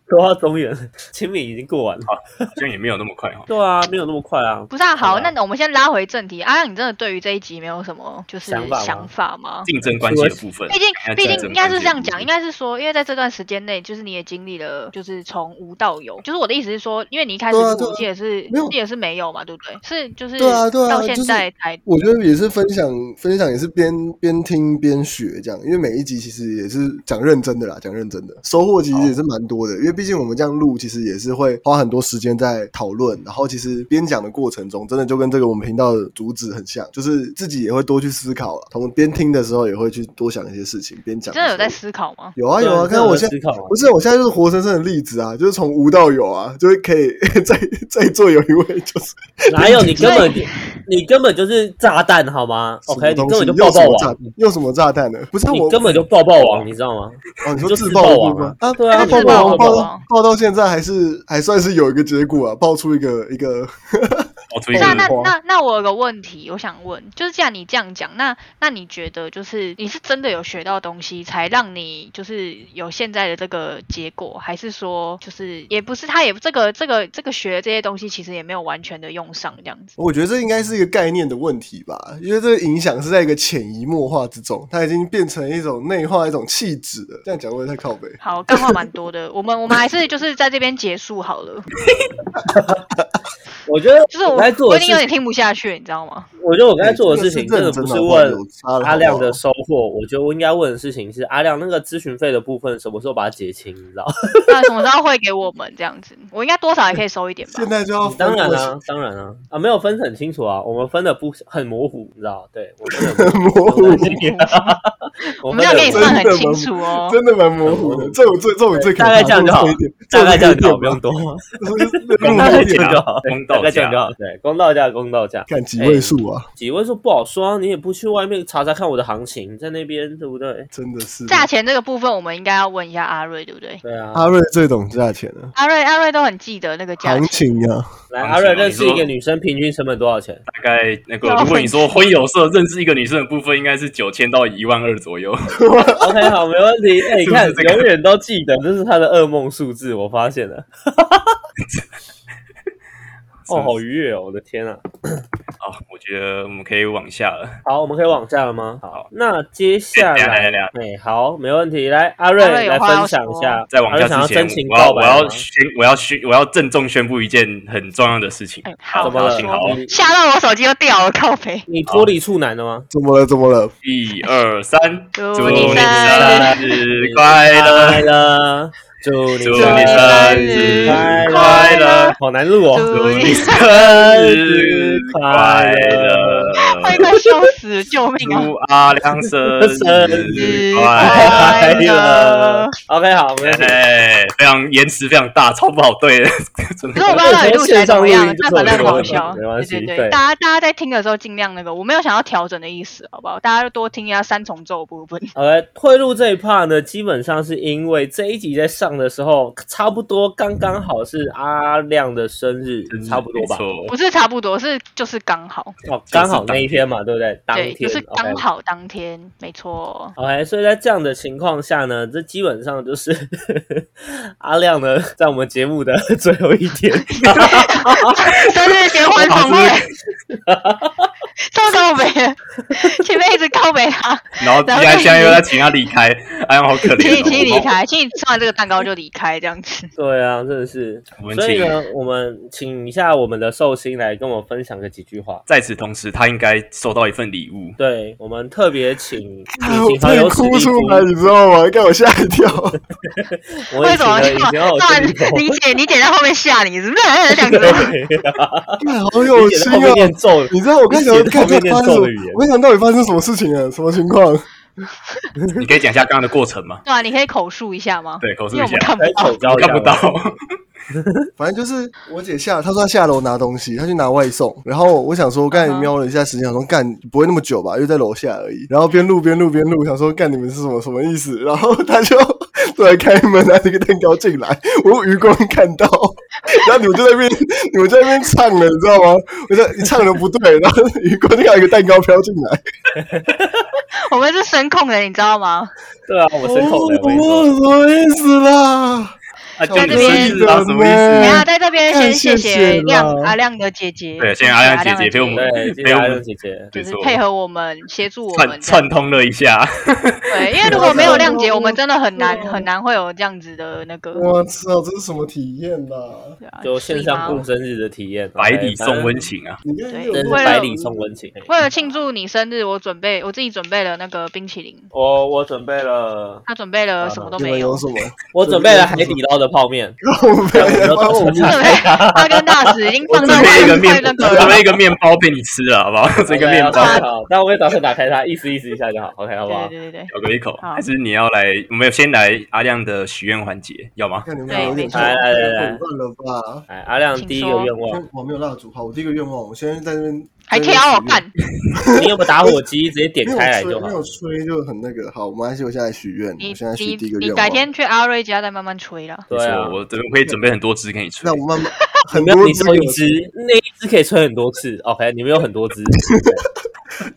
[SPEAKER 1] 国花中原， 清明已经过完了。
[SPEAKER 4] 好像也没有那么快 哈。
[SPEAKER 1] 对啊，没有那么快啊。
[SPEAKER 3] 不是啊，
[SPEAKER 1] 好
[SPEAKER 3] 好，
[SPEAKER 1] 吧
[SPEAKER 3] 那我们先拉回正题。阿、啊、亮，你真的对于这一集没有什么就是
[SPEAKER 1] 想法吗
[SPEAKER 3] 想法吗？
[SPEAKER 4] 竞争关系的部分，
[SPEAKER 3] 毕竟
[SPEAKER 4] 看一下，
[SPEAKER 3] 毕
[SPEAKER 4] 竞
[SPEAKER 3] 竟
[SPEAKER 4] 争
[SPEAKER 3] 应该是这样
[SPEAKER 4] 关系的
[SPEAKER 3] 讲，
[SPEAKER 4] 部
[SPEAKER 3] 应
[SPEAKER 4] 分
[SPEAKER 3] 该是说，因为在这段时间内，就是你也经历了，就是从无到有。就是我的意思是说，因为你一开始
[SPEAKER 2] 对啊
[SPEAKER 3] 录
[SPEAKER 2] 对啊
[SPEAKER 3] 记得是，
[SPEAKER 2] 没有
[SPEAKER 3] 记得是没有嘛，对不对？是就是
[SPEAKER 2] 对啊对啊
[SPEAKER 3] 到现
[SPEAKER 2] 就是
[SPEAKER 3] 在才
[SPEAKER 2] 我觉得也是分享，分享也是边边听边学这样，因为每一集其实也是讲认真的啦，讲认真的，收获其实也是蛮多的。因为毕竟我们这样录，其实也是会花很多时间在讨论，然后其实边讲的过程中，真的就跟这个我们频道的主旨很像，就是自己也会多去思考啦，从边听的时候也会去多想一些事情，边讲
[SPEAKER 3] 真的有
[SPEAKER 2] 时候
[SPEAKER 3] 在思考 吗？
[SPEAKER 2] 有啊有啊，
[SPEAKER 1] 对
[SPEAKER 2] 看我现在
[SPEAKER 1] 这个思考啊
[SPEAKER 2] 不是我现在就是活生生的例子啊，就是从无到有啊，就是可以 在在座有一位就是
[SPEAKER 1] 哪有你根本
[SPEAKER 3] 所以
[SPEAKER 1] 你根本就是炸弹好吗？OK，你
[SPEAKER 2] 什
[SPEAKER 1] 根
[SPEAKER 2] 么东西
[SPEAKER 1] 本就爆爆王，
[SPEAKER 2] 用什么炸弹呢？不是啊
[SPEAKER 1] 你
[SPEAKER 2] 我
[SPEAKER 1] 根本就爆爆王，你知道吗？
[SPEAKER 2] 哦，
[SPEAKER 1] 你
[SPEAKER 2] 你
[SPEAKER 1] 就
[SPEAKER 2] 说
[SPEAKER 1] 自
[SPEAKER 2] 自
[SPEAKER 1] 爆
[SPEAKER 2] 爆
[SPEAKER 1] 王
[SPEAKER 2] 王吗？
[SPEAKER 1] 啊对啊
[SPEAKER 2] 那
[SPEAKER 3] 自
[SPEAKER 2] 爆
[SPEAKER 3] 爆
[SPEAKER 2] 王爆
[SPEAKER 3] 王爆
[SPEAKER 2] 到
[SPEAKER 3] 王
[SPEAKER 2] 爆到现在还是还算是有一个结果啊，爆出一个一个
[SPEAKER 4] 爆出一
[SPEAKER 3] 不
[SPEAKER 4] 个
[SPEAKER 3] 是啊，那
[SPEAKER 2] 火花
[SPEAKER 3] 那那我有个问题，我想问，就是既然你这样讲，那那你觉得就是你是真的有学到东西，才让你就是有现在的这个结果，还是说就是也不是他也这个这个这个学的这些东西，其实也没有完全的用上这样子？
[SPEAKER 2] 我觉得这应该是一个概念的问题吧，因为这个影响是在一个潜移默化之中，它已经变成一种内化一种气质了。这样讲会不会太靠北？
[SPEAKER 3] 好，干话蛮多的，我们我们还是就是在这边结束好了，
[SPEAKER 1] 我觉得
[SPEAKER 3] 就是我
[SPEAKER 1] 该做
[SPEAKER 3] 我
[SPEAKER 1] 的
[SPEAKER 3] 已经有
[SPEAKER 1] 事
[SPEAKER 3] 点，听不下去，你知道吗？
[SPEAKER 1] 我觉得我该做的事情
[SPEAKER 2] 哎这
[SPEAKER 1] 真
[SPEAKER 2] 个
[SPEAKER 1] 的
[SPEAKER 2] 是认
[SPEAKER 1] 不是
[SPEAKER 2] 真好不好
[SPEAKER 1] 问
[SPEAKER 2] 有差了
[SPEAKER 1] 阿亮的
[SPEAKER 2] 好不好
[SPEAKER 1] 收获，我觉得我应该问的事情是阿亮那个咨询费的部分什么时候把它结清，你知道？
[SPEAKER 3] 那什么时候会给我们这样子？我应该多少也可以收一点吧
[SPEAKER 2] 现？在就要
[SPEAKER 1] 当然
[SPEAKER 2] 了、
[SPEAKER 1] 啊，当然啊，啊没有分很清楚啊，我们分的不很模糊，你知道？对，我分的
[SPEAKER 2] 很 模
[SPEAKER 1] 啊
[SPEAKER 2] 糊，
[SPEAKER 1] 我
[SPEAKER 3] 嗯 我
[SPEAKER 1] 们
[SPEAKER 3] 们要给你
[SPEAKER 2] 啊真的
[SPEAKER 3] 算很
[SPEAKER 2] 蛮
[SPEAKER 3] 清楚哦。
[SPEAKER 2] 真的蛮模糊的。这我最这我最可
[SPEAKER 1] 大概这样就好
[SPEAKER 2] 这我最
[SPEAKER 1] 大概
[SPEAKER 2] 一点
[SPEAKER 1] 这样就好，不
[SPEAKER 2] 这
[SPEAKER 1] 用多，
[SPEAKER 2] 我最一点这我最一
[SPEAKER 1] 大概这样就
[SPEAKER 2] 点
[SPEAKER 4] 大概这样就
[SPEAKER 1] 好
[SPEAKER 4] 好，
[SPEAKER 1] 大概这样就好，对，公道价，公道价。
[SPEAKER 2] 看几位数啊，
[SPEAKER 3] 哎
[SPEAKER 1] 几位说不好说啊，你也不去外面查查看我的行情，在那边对不对？
[SPEAKER 2] 真的是
[SPEAKER 3] 价钱这个部分，我们应该要问一下阿瑞，对不对？
[SPEAKER 1] 对啊，
[SPEAKER 2] 阿瑞最懂价钱了，
[SPEAKER 3] 阿瑞阿瑞都很记得那个价
[SPEAKER 2] 行
[SPEAKER 3] 钱，
[SPEAKER 2] 情啊，
[SPEAKER 1] 来
[SPEAKER 4] 行
[SPEAKER 1] 阿瑞
[SPEAKER 4] 情啊
[SPEAKER 1] 认识
[SPEAKER 4] 你
[SPEAKER 1] 一
[SPEAKER 4] 说
[SPEAKER 1] 个女生平均成本多少 钱？
[SPEAKER 4] 大概那个
[SPEAKER 3] 要，
[SPEAKER 4] 如果你说婚友社认识一个女生的部分，应该是九千到一万二左右。
[SPEAKER 1] OK，好，没问 题。哎、你看
[SPEAKER 4] 是，不是这个
[SPEAKER 1] 永远都记得，这是他的噩梦数字，我发现 了。哦，好愉悦哦！我的天啊！
[SPEAKER 4] 好，我觉得我们可以往下了。
[SPEAKER 1] 好，我们可以往下了吗？好
[SPEAKER 4] 好，
[SPEAKER 1] 那接下
[SPEAKER 4] 等一下
[SPEAKER 1] 来
[SPEAKER 4] 等一下等一，
[SPEAKER 1] 哎、好，没问题。来，阿瑞
[SPEAKER 3] 阿瑞有
[SPEAKER 1] 来
[SPEAKER 3] 话要
[SPEAKER 1] 分享一
[SPEAKER 3] 说
[SPEAKER 1] 下，
[SPEAKER 4] 在往
[SPEAKER 1] 阿瑞想
[SPEAKER 4] 下
[SPEAKER 1] 要
[SPEAKER 4] 之前
[SPEAKER 1] 真情，
[SPEAKER 4] 我要
[SPEAKER 1] 告
[SPEAKER 4] 我
[SPEAKER 1] 白吗
[SPEAKER 4] 要宣我要宣我要郑重宣布一件很重要的事情
[SPEAKER 3] 哎。好
[SPEAKER 1] 怎么
[SPEAKER 3] 好
[SPEAKER 1] 了
[SPEAKER 4] 请好。？
[SPEAKER 1] 你
[SPEAKER 3] 吓到我手机又掉了，靠北。
[SPEAKER 1] 你脱离处男了吗？
[SPEAKER 2] 怎么了怎么了？
[SPEAKER 4] 一二三，
[SPEAKER 3] 祝
[SPEAKER 4] 祝
[SPEAKER 3] 你
[SPEAKER 4] 你
[SPEAKER 3] 生
[SPEAKER 4] 生日快乐！
[SPEAKER 1] 快乐，祝你
[SPEAKER 4] 祝
[SPEAKER 1] 生
[SPEAKER 4] 你
[SPEAKER 1] 日
[SPEAKER 4] 生日
[SPEAKER 1] 快
[SPEAKER 4] 快
[SPEAKER 1] 乐
[SPEAKER 4] 乐！
[SPEAKER 1] 好难录哦。
[SPEAKER 4] 祝
[SPEAKER 3] 祝
[SPEAKER 4] 你
[SPEAKER 3] 你
[SPEAKER 4] 生日快乐！
[SPEAKER 3] 我也快笑死了，救命
[SPEAKER 2] 嗯
[SPEAKER 3] 啊！
[SPEAKER 4] 祝阿亮生日快乐！
[SPEAKER 1] 快
[SPEAKER 3] 快
[SPEAKER 1] 乐
[SPEAKER 3] 乐。
[SPEAKER 1] OK，好，没问题。
[SPEAKER 4] 哎，非常延迟，非常大，超不好对的，真
[SPEAKER 3] 可是我
[SPEAKER 4] 的。
[SPEAKER 3] 不知道到底录起来怎么
[SPEAKER 1] 我
[SPEAKER 3] 样
[SPEAKER 1] 们，就
[SPEAKER 3] 但
[SPEAKER 1] 是有
[SPEAKER 3] 反正很好
[SPEAKER 4] 线
[SPEAKER 1] 上
[SPEAKER 3] 笑。
[SPEAKER 1] 录音没关系
[SPEAKER 3] 对对
[SPEAKER 1] 对
[SPEAKER 3] 对，大家大家在听的时候尽量那个，我没有想要调整的意思，好不好？大家就多听一下三重奏的部分。
[SPEAKER 1] OK，贿赂这一 part 呢，基本上是因为这一集在上的时候，差不多刚刚好是阿亮的生日，差不多吧
[SPEAKER 4] 没？错
[SPEAKER 3] 不是差不多，是就是刚好，
[SPEAKER 1] 哦，刚好那一天嘛，对不对？当
[SPEAKER 3] 对，
[SPEAKER 1] 天
[SPEAKER 3] 就是刚
[SPEAKER 1] OK
[SPEAKER 3] 好当天，没错。
[SPEAKER 1] OK，所以在这样的情况下呢，这基本上就是 阿亮呢，在我们节目的 最后一天，
[SPEAKER 3] 生日结婚
[SPEAKER 4] 好
[SPEAKER 3] 总会， 超告别，前面一直告啊别他，
[SPEAKER 4] 然后现在现在又在请他离开，哎呀，好可
[SPEAKER 3] 请你
[SPEAKER 4] 怜 哦。
[SPEAKER 3] 请你
[SPEAKER 1] 啊
[SPEAKER 3] 离开，请你吃完这个蛋糕就离开，这样子。
[SPEAKER 1] 对啊，真的是。
[SPEAKER 4] 我们
[SPEAKER 1] 所以
[SPEAKER 4] 请
[SPEAKER 1] 呢，我们请一下我们的寿星来跟我分享个几句话。
[SPEAKER 4] 在此同时，他应该收到一份礼物。
[SPEAKER 1] 对我们特别请
[SPEAKER 2] 哎
[SPEAKER 1] 已
[SPEAKER 2] 我
[SPEAKER 1] 经很有
[SPEAKER 2] 差
[SPEAKER 1] 史
[SPEAKER 2] 点哭
[SPEAKER 1] 力
[SPEAKER 2] 出
[SPEAKER 1] 夫
[SPEAKER 2] 来，你知道吗？给我吓一跳。
[SPEAKER 1] 我
[SPEAKER 3] 为
[SPEAKER 1] 也请
[SPEAKER 3] 什么
[SPEAKER 1] 了已经有
[SPEAKER 3] 突然
[SPEAKER 1] 史力夫
[SPEAKER 3] 你姐你姐在后面吓你，是不 是这样子？
[SPEAKER 1] 对
[SPEAKER 2] 哎好有
[SPEAKER 1] 写
[SPEAKER 2] 趣
[SPEAKER 1] 在后面
[SPEAKER 2] 哦！
[SPEAKER 1] 念咒了，
[SPEAKER 2] 你知道我刚才
[SPEAKER 1] 你写在
[SPEAKER 2] 看
[SPEAKER 1] 后面
[SPEAKER 2] 这
[SPEAKER 1] 念
[SPEAKER 2] 发生
[SPEAKER 1] 咒
[SPEAKER 2] 什么
[SPEAKER 1] 的语言？
[SPEAKER 2] 我没想到底发生什么事情啊了，什么情况？
[SPEAKER 4] 你可以讲一下刚刚的过程吗？
[SPEAKER 3] 对啊，你可以口述一下吗？
[SPEAKER 4] 对，口述
[SPEAKER 3] 因为
[SPEAKER 4] 一
[SPEAKER 3] 我
[SPEAKER 4] 下
[SPEAKER 3] 们。看不
[SPEAKER 1] 在
[SPEAKER 3] 到
[SPEAKER 1] 口。交一
[SPEAKER 4] 看
[SPEAKER 1] 样
[SPEAKER 4] 不到
[SPEAKER 1] 吗，
[SPEAKER 2] 反正就是我姐下，她说她下楼拿东西，她去拿外送。然后我想说，我刚才
[SPEAKER 3] 嗯哼
[SPEAKER 2] 瞄了一下时间，想说干不会那么久吧，因为在楼下而已。然后边录边录边录，想说干你们是什么什么意思？然后她就突然开门拿了一个蛋糕进来，我余光看到，然后你们就在那边你们就在那边唱了，你知道吗？我说你唱的不对，然后余光就看到一个蛋糕飘进来。
[SPEAKER 3] 我们是声控的，你知道吗？
[SPEAKER 1] 对啊，我们声控的，我跟你
[SPEAKER 2] 哦
[SPEAKER 1] 说，
[SPEAKER 2] 什么意思啦？
[SPEAKER 4] 啊，就
[SPEAKER 3] 在
[SPEAKER 4] 你
[SPEAKER 3] 这
[SPEAKER 4] 生
[SPEAKER 3] 边
[SPEAKER 4] 日啊，什么意思
[SPEAKER 3] 等一
[SPEAKER 2] 哎？
[SPEAKER 3] 下在这边先谢
[SPEAKER 2] 谢谢
[SPEAKER 3] 谢
[SPEAKER 2] 啦
[SPEAKER 3] 亮阿亮的姐姐，
[SPEAKER 4] 对谢谢
[SPEAKER 3] 谢
[SPEAKER 4] 阿亮
[SPEAKER 3] 阿
[SPEAKER 4] 姐
[SPEAKER 3] 亮
[SPEAKER 4] 姐陪我们
[SPEAKER 1] 对，谢谢阿亮姐姐。
[SPEAKER 3] 就是
[SPEAKER 4] 没错
[SPEAKER 3] 配合我们协助我
[SPEAKER 4] 串
[SPEAKER 3] 们
[SPEAKER 4] 串通了一下，
[SPEAKER 3] 这样对，因为如果没有亮姐，
[SPEAKER 2] 哦
[SPEAKER 3] 我们真的很难
[SPEAKER 2] 哦
[SPEAKER 3] 很难会有这样子的那个。
[SPEAKER 2] 我操，这是什么体验呐、啊？
[SPEAKER 3] 对啊
[SPEAKER 1] 就线上
[SPEAKER 3] 礼
[SPEAKER 1] 过
[SPEAKER 3] 貌
[SPEAKER 1] 生日的体验，
[SPEAKER 4] 百里送温，情啊！
[SPEAKER 2] 你看
[SPEAKER 3] 对
[SPEAKER 2] 六
[SPEAKER 1] 真
[SPEAKER 2] 六
[SPEAKER 1] 是
[SPEAKER 3] 为了
[SPEAKER 1] 百里送温情。
[SPEAKER 3] 为了庆祝你生日，我准备我自己准备了那个冰淇淋，
[SPEAKER 1] 我我准备了，
[SPEAKER 3] 他准备了什么都
[SPEAKER 2] 你
[SPEAKER 3] 没
[SPEAKER 2] 们有
[SPEAKER 3] 有，
[SPEAKER 2] 什么？
[SPEAKER 1] 我准备了海底捞的泡面，
[SPEAKER 2] 我没有，帮我
[SPEAKER 3] 对不对？他跟大使已经
[SPEAKER 4] 我
[SPEAKER 3] 放到
[SPEAKER 4] 准备一个面
[SPEAKER 3] 快，那
[SPEAKER 4] 我
[SPEAKER 3] 个
[SPEAKER 4] 准备
[SPEAKER 3] 了。
[SPEAKER 4] 一个面包给你吃了，好 不好？这个面包
[SPEAKER 1] 好，好但我会打算打开它，意思意思一下就好，OK，好不
[SPEAKER 3] 对
[SPEAKER 1] 好？
[SPEAKER 3] 对对对
[SPEAKER 4] 咬个一口，
[SPEAKER 3] 好
[SPEAKER 4] 还是你要来？我们先来阿亮的许愿环节，要吗？
[SPEAKER 2] 看你们
[SPEAKER 3] 对
[SPEAKER 2] 有
[SPEAKER 3] 没
[SPEAKER 2] 点
[SPEAKER 3] 错
[SPEAKER 1] 来
[SPEAKER 2] 太
[SPEAKER 1] 来来
[SPEAKER 2] 混乱了吧？
[SPEAKER 1] 哎，阿亮第一个愿望，
[SPEAKER 2] 先我没有蜡烛，好，我第一个愿望，我现在在那边
[SPEAKER 3] 还挑哦，
[SPEAKER 2] 在
[SPEAKER 3] 看
[SPEAKER 1] 你有没有打火机？直接点
[SPEAKER 2] 那边
[SPEAKER 1] 开来
[SPEAKER 2] 许愿
[SPEAKER 1] 就
[SPEAKER 2] 没有吹，没
[SPEAKER 1] 好。
[SPEAKER 2] 有吹就很那个。好，没关系，我现在许愿，
[SPEAKER 3] 你
[SPEAKER 2] 我现在许
[SPEAKER 3] 你
[SPEAKER 2] 第一个
[SPEAKER 3] 你
[SPEAKER 2] 愿
[SPEAKER 3] 改
[SPEAKER 2] 望。
[SPEAKER 3] 天去阿瑞家再慢慢吹了。
[SPEAKER 1] 对啊
[SPEAKER 4] 没错，我准备会准备很多支给你吹
[SPEAKER 2] 那。我慢慢很
[SPEAKER 1] 没有，
[SPEAKER 2] 多
[SPEAKER 1] 你只有一只
[SPEAKER 2] 支，
[SPEAKER 1] 那一只可以吹很多次，OK，你们有很多 只。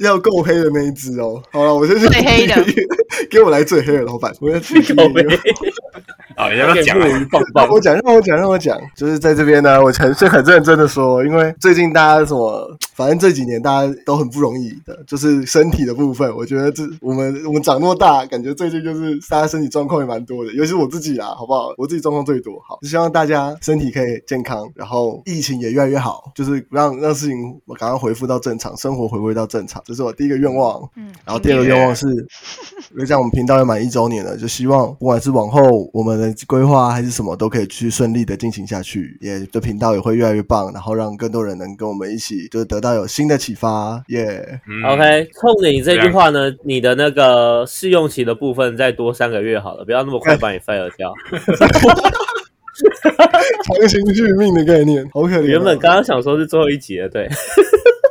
[SPEAKER 2] 要够黑的那一只哦。好了，我先去
[SPEAKER 3] 最黑的，
[SPEAKER 2] 给我来最黑的老板，我要 去
[SPEAKER 1] 够黑
[SPEAKER 4] 啊，你要不要讲啊？
[SPEAKER 1] 棒
[SPEAKER 2] 让我讲，让我讲，让我讲，就是在这边呢，我很是很认真的说，因为最近大家什么，反正这几年大家都很不容易的，就是身体的部分，我觉得这我们我们长那么大，感觉最近就是大家身体状况也蛮多的，尤其是我自己啦，好不好？我自己状况最多，好，就希望大家身体可以健康，然后疫情也越来越好，就是让让事情赶快恢复到正常，生活回归到正常，这是我第一个愿望。
[SPEAKER 3] 嗯，
[SPEAKER 2] 然后第二个
[SPEAKER 4] 今
[SPEAKER 2] 愿
[SPEAKER 4] 天
[SPEAKER 2] 望是， 因为像我们频道也满一周年了，就希望不管是往后我们的规划还是什么，都可以去顺利的进行下去，也这频道也会越来越棒，然后让更多人能跟我们一起，就是得到有新的启发，耶、
[SPEAKER 4] 嗯 啊
[SPEAKER 1] OK，冲着你这句话呢，你的那个试用期的部分再多三个月好了，不要那
[SPEAKER 4] 哎
[SPEAKER 1] 么快把你 fire 掉。
[SPEAKER 2] 强行续命的概念，好可
[SPEAKER 4] 啊
[SPEAKER 2] 怜哦、
[SPEAKER 1] 原本刚刚想说是最后一集了，对，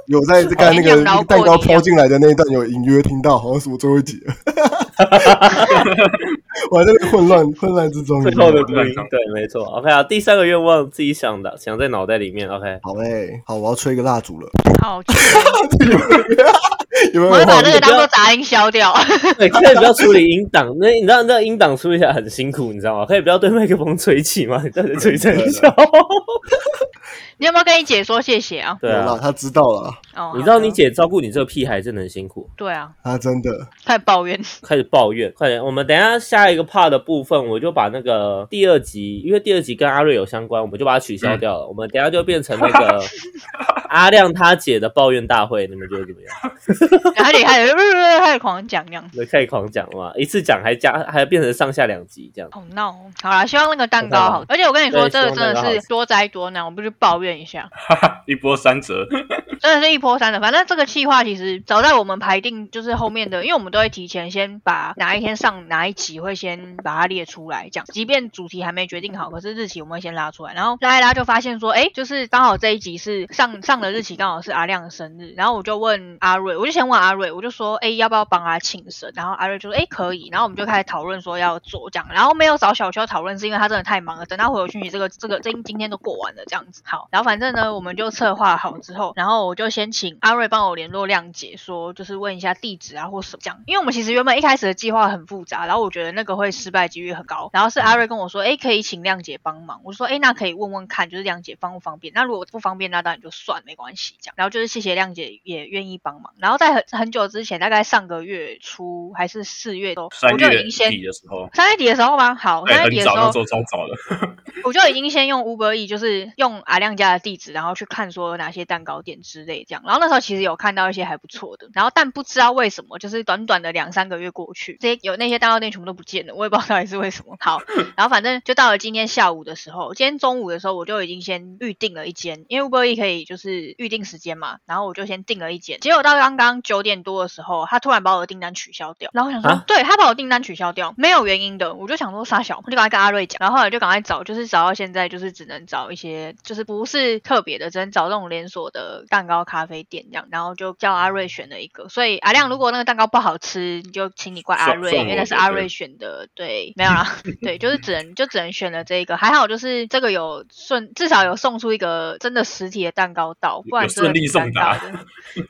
[SPEAKER 2] 有在刚那
[SPEAKER 3] 好像
[SPEAKER 2] 个
[SPEAKER 3] 绕过
[SPEAKER 2] 蛋糕
[SPEAKER 3] 你一
[SPEAKER 2] 飘
[SPEAKER 3] 样
[SPEAKER 2] 进来的那一段有隐约听到，好像是我最后一集了， 我还在那个混乱混乱之中。
[SPEAKER 1] 最后的
[SPEAKER 4] 不
[SPEAKER 1] 录
[SPEAKER 4] 一样
[SPEAKER 1] 音，对，没错。OK 啊，第三个愿望自己想的，想在脑袋里面。OK，
[SPEAKER 2] 好嘞、好，我要吹一个蜡 烛了，
[SPEAKER 3] 好，吹
[SPEAKER 2] 有没
[SPEAKER 3] 我
[SPEAKER 2] 有
[SPEAKER 3] 会把
[SPEAKER 2] 画
[SPEAKER 3] 这
[SPEAKER 2] 面？
[SPEAKER 3] 个当做杂音消掉。
[SPEAKER 1] 对，可以不要处理音档，那你知道那音档处理起来很辛苦，你知道吗？可以不要对麦克风吹气吗？ 你在这吹真 笑。
[SPEAKER 3] 你有没有跟你姐说谢谢啊？
[SPEAKER 1] 对
[SPEAKER 2] 有啦
[SPEAKER 1] 啊，，
[SPEAKER 2] 他知道了，
[SPEAKER 3] 哦，
[SPEAKER 1] 你知道你
[SPEAKER 3] 好的
[SPEAKER 1] 姐照顾你这个屁孩真的很辛苦。
[SPEAKER 3] 对啊，
[SPEAKER 2] 他真的。
[SPEAKER 3] 开始抱怨。
[SPEAKER 1] 开始抱怨，快点！我们等一下下一个 part 的部分，我就把那个第二集，因为第二集跟阿瑞有相关，我们就把它取消掉了。我们等一下就变成那 个阿亮他姐的抱怨大会，你们觉得怎么样？
[SPEAKER 3] 然后你开始开始狂讲这样，
[SPEAKER 1] 那可以狂讲了嘛，一次讲还加还变成上下两集这样。
[SPEAKER 3] 好闹哦。好啦，希望那个蛋糕好
[SPEAKER 1] 好。
[SPEAKER 3] 而且我跟你说，
[SPEAKER 1] 对
[SPEAKER 3] 这个真
[SPEAKER 1] 希望蛋
[SPEAKER 3] 的
[SPEAKER 1] 糕好
[SPEAKER 3] 是多灾多难，我不去抱怨一下，
[SPEAKER 4] 一波三折，
[SPEAKER 3] 真的是一波三折。反正这个计划其实早在我们排定就是后面的，因为我们都会提前先把哪一天上哪一集会先把它列出来，这样。即便主题还没决定好，可是日期我们会先拉出来，然后拉一拉就发现说，哎，就是刚好这一集是上上的日期刚好是阿亮的生日，然后我就问阿瑞，我就先问阿瑞，我就说，哎，要不要帮他庆生？然后阿瑞就说，哎，可以。然后我们就开始讨论说要做这样，然后没有找小秋讨论，是因为他真的太忙了，等他回我讯息，这个这个这今天都过完了这样子。好，然后反正呢，我们就策划好之后，然后我就先请阿瑞帮我联络亮姐，说就是问一下地址啊或什么这样，因为我们其实原本一开始的计划很复杂，然后我觉得那个会失败几率很高，然后是阿瑞跟我说，哎，可以请亮姐帮忙，我说，哎，那可以问问看，就是亮姐方不方便？那如果不方便，那当然就算没关系这样。然后就是谢谢亮姐也愿意帮忙，然后在很很久之前，大概上个月初还是四月都，
[SPEAKER 4] 三
[SPEAKER 3] 我就已
[SPEAKER 4] 月
[SPEAKER 3] 经先
[SPEAKER 4] 底的时候，
[SPEAKER 3] 三月底的时候吗？好，
[SPEAKER 4] 对，
[SPEAKER 3] 三月
[SPEAKER 4] 很
[SPEAKER 3] 底的时
[SPEAKER 4] 早，那
[SPEAKER 3] 候
[SPEAKER 4] 时，候超早的。
[SPEAKER 3] 我就已经先用 Uber E，就是用阿亮家的地址，然后去看说有哪些蛋糕店之类这样。然后那时候其实有看到一些还不错的，然后但不知道为什么，就是短短的两三个月过去，这些有那些蛋糕店全部都不见了，我也不知道到底是为什么。好，
[SPEAKER 4] 嗯
[SPEAKER 3] 然后反正就到了今天下午的时候，今天中午的时候我就已经先预定了一间，因为 Uber E 可以就是预定时间嘛，然后我就先订了一间。结果到刚刚九点多的时候，他突然把我的订单取消掉，然后我想说，
[SPEAKER 1] 啊
[SPEAKER 3] 对他把我订单取消掉，没有原因的，我就想说傻小，我就赶快跟阿瑞讲，然后后来就赶快找，就是找到现在就是只能找一些就是不是特别的，只能找这种连锁的蛋糕咖啡店这样，然后就叫阿瑞选了一个。所以阿亮，如果那个蛋糕不好吃，你就请你怪阿
[SPEAKER 4] 算
[SPEAKER 3] 瑞，
[SPEAKER 4] 算
[SPEAKER 3] 因为
[SPEAKER 4] 我
[SPEAKER 3] 那是
[SPEAKER 4] 的
[SPEAKER 3] 阿
[SPEAKER 4] 对
[SPEAKER 3] 瑞选的，对，没有啦。对，就是只能就只能选了这一个，还好就是这个有顺，至少有送出一个真的实体的蛋糕到，到，不然
[SPEAKER 4] 有
[SPEAKER 3] 真的
[SPEAKER 4] 顺利
[SPEAKER 3] 很
[SPEAKER 4] 送
[SPEAKER 3] 尴
[SPEAKER 4] 达
[SPEAKER 3] 尬的。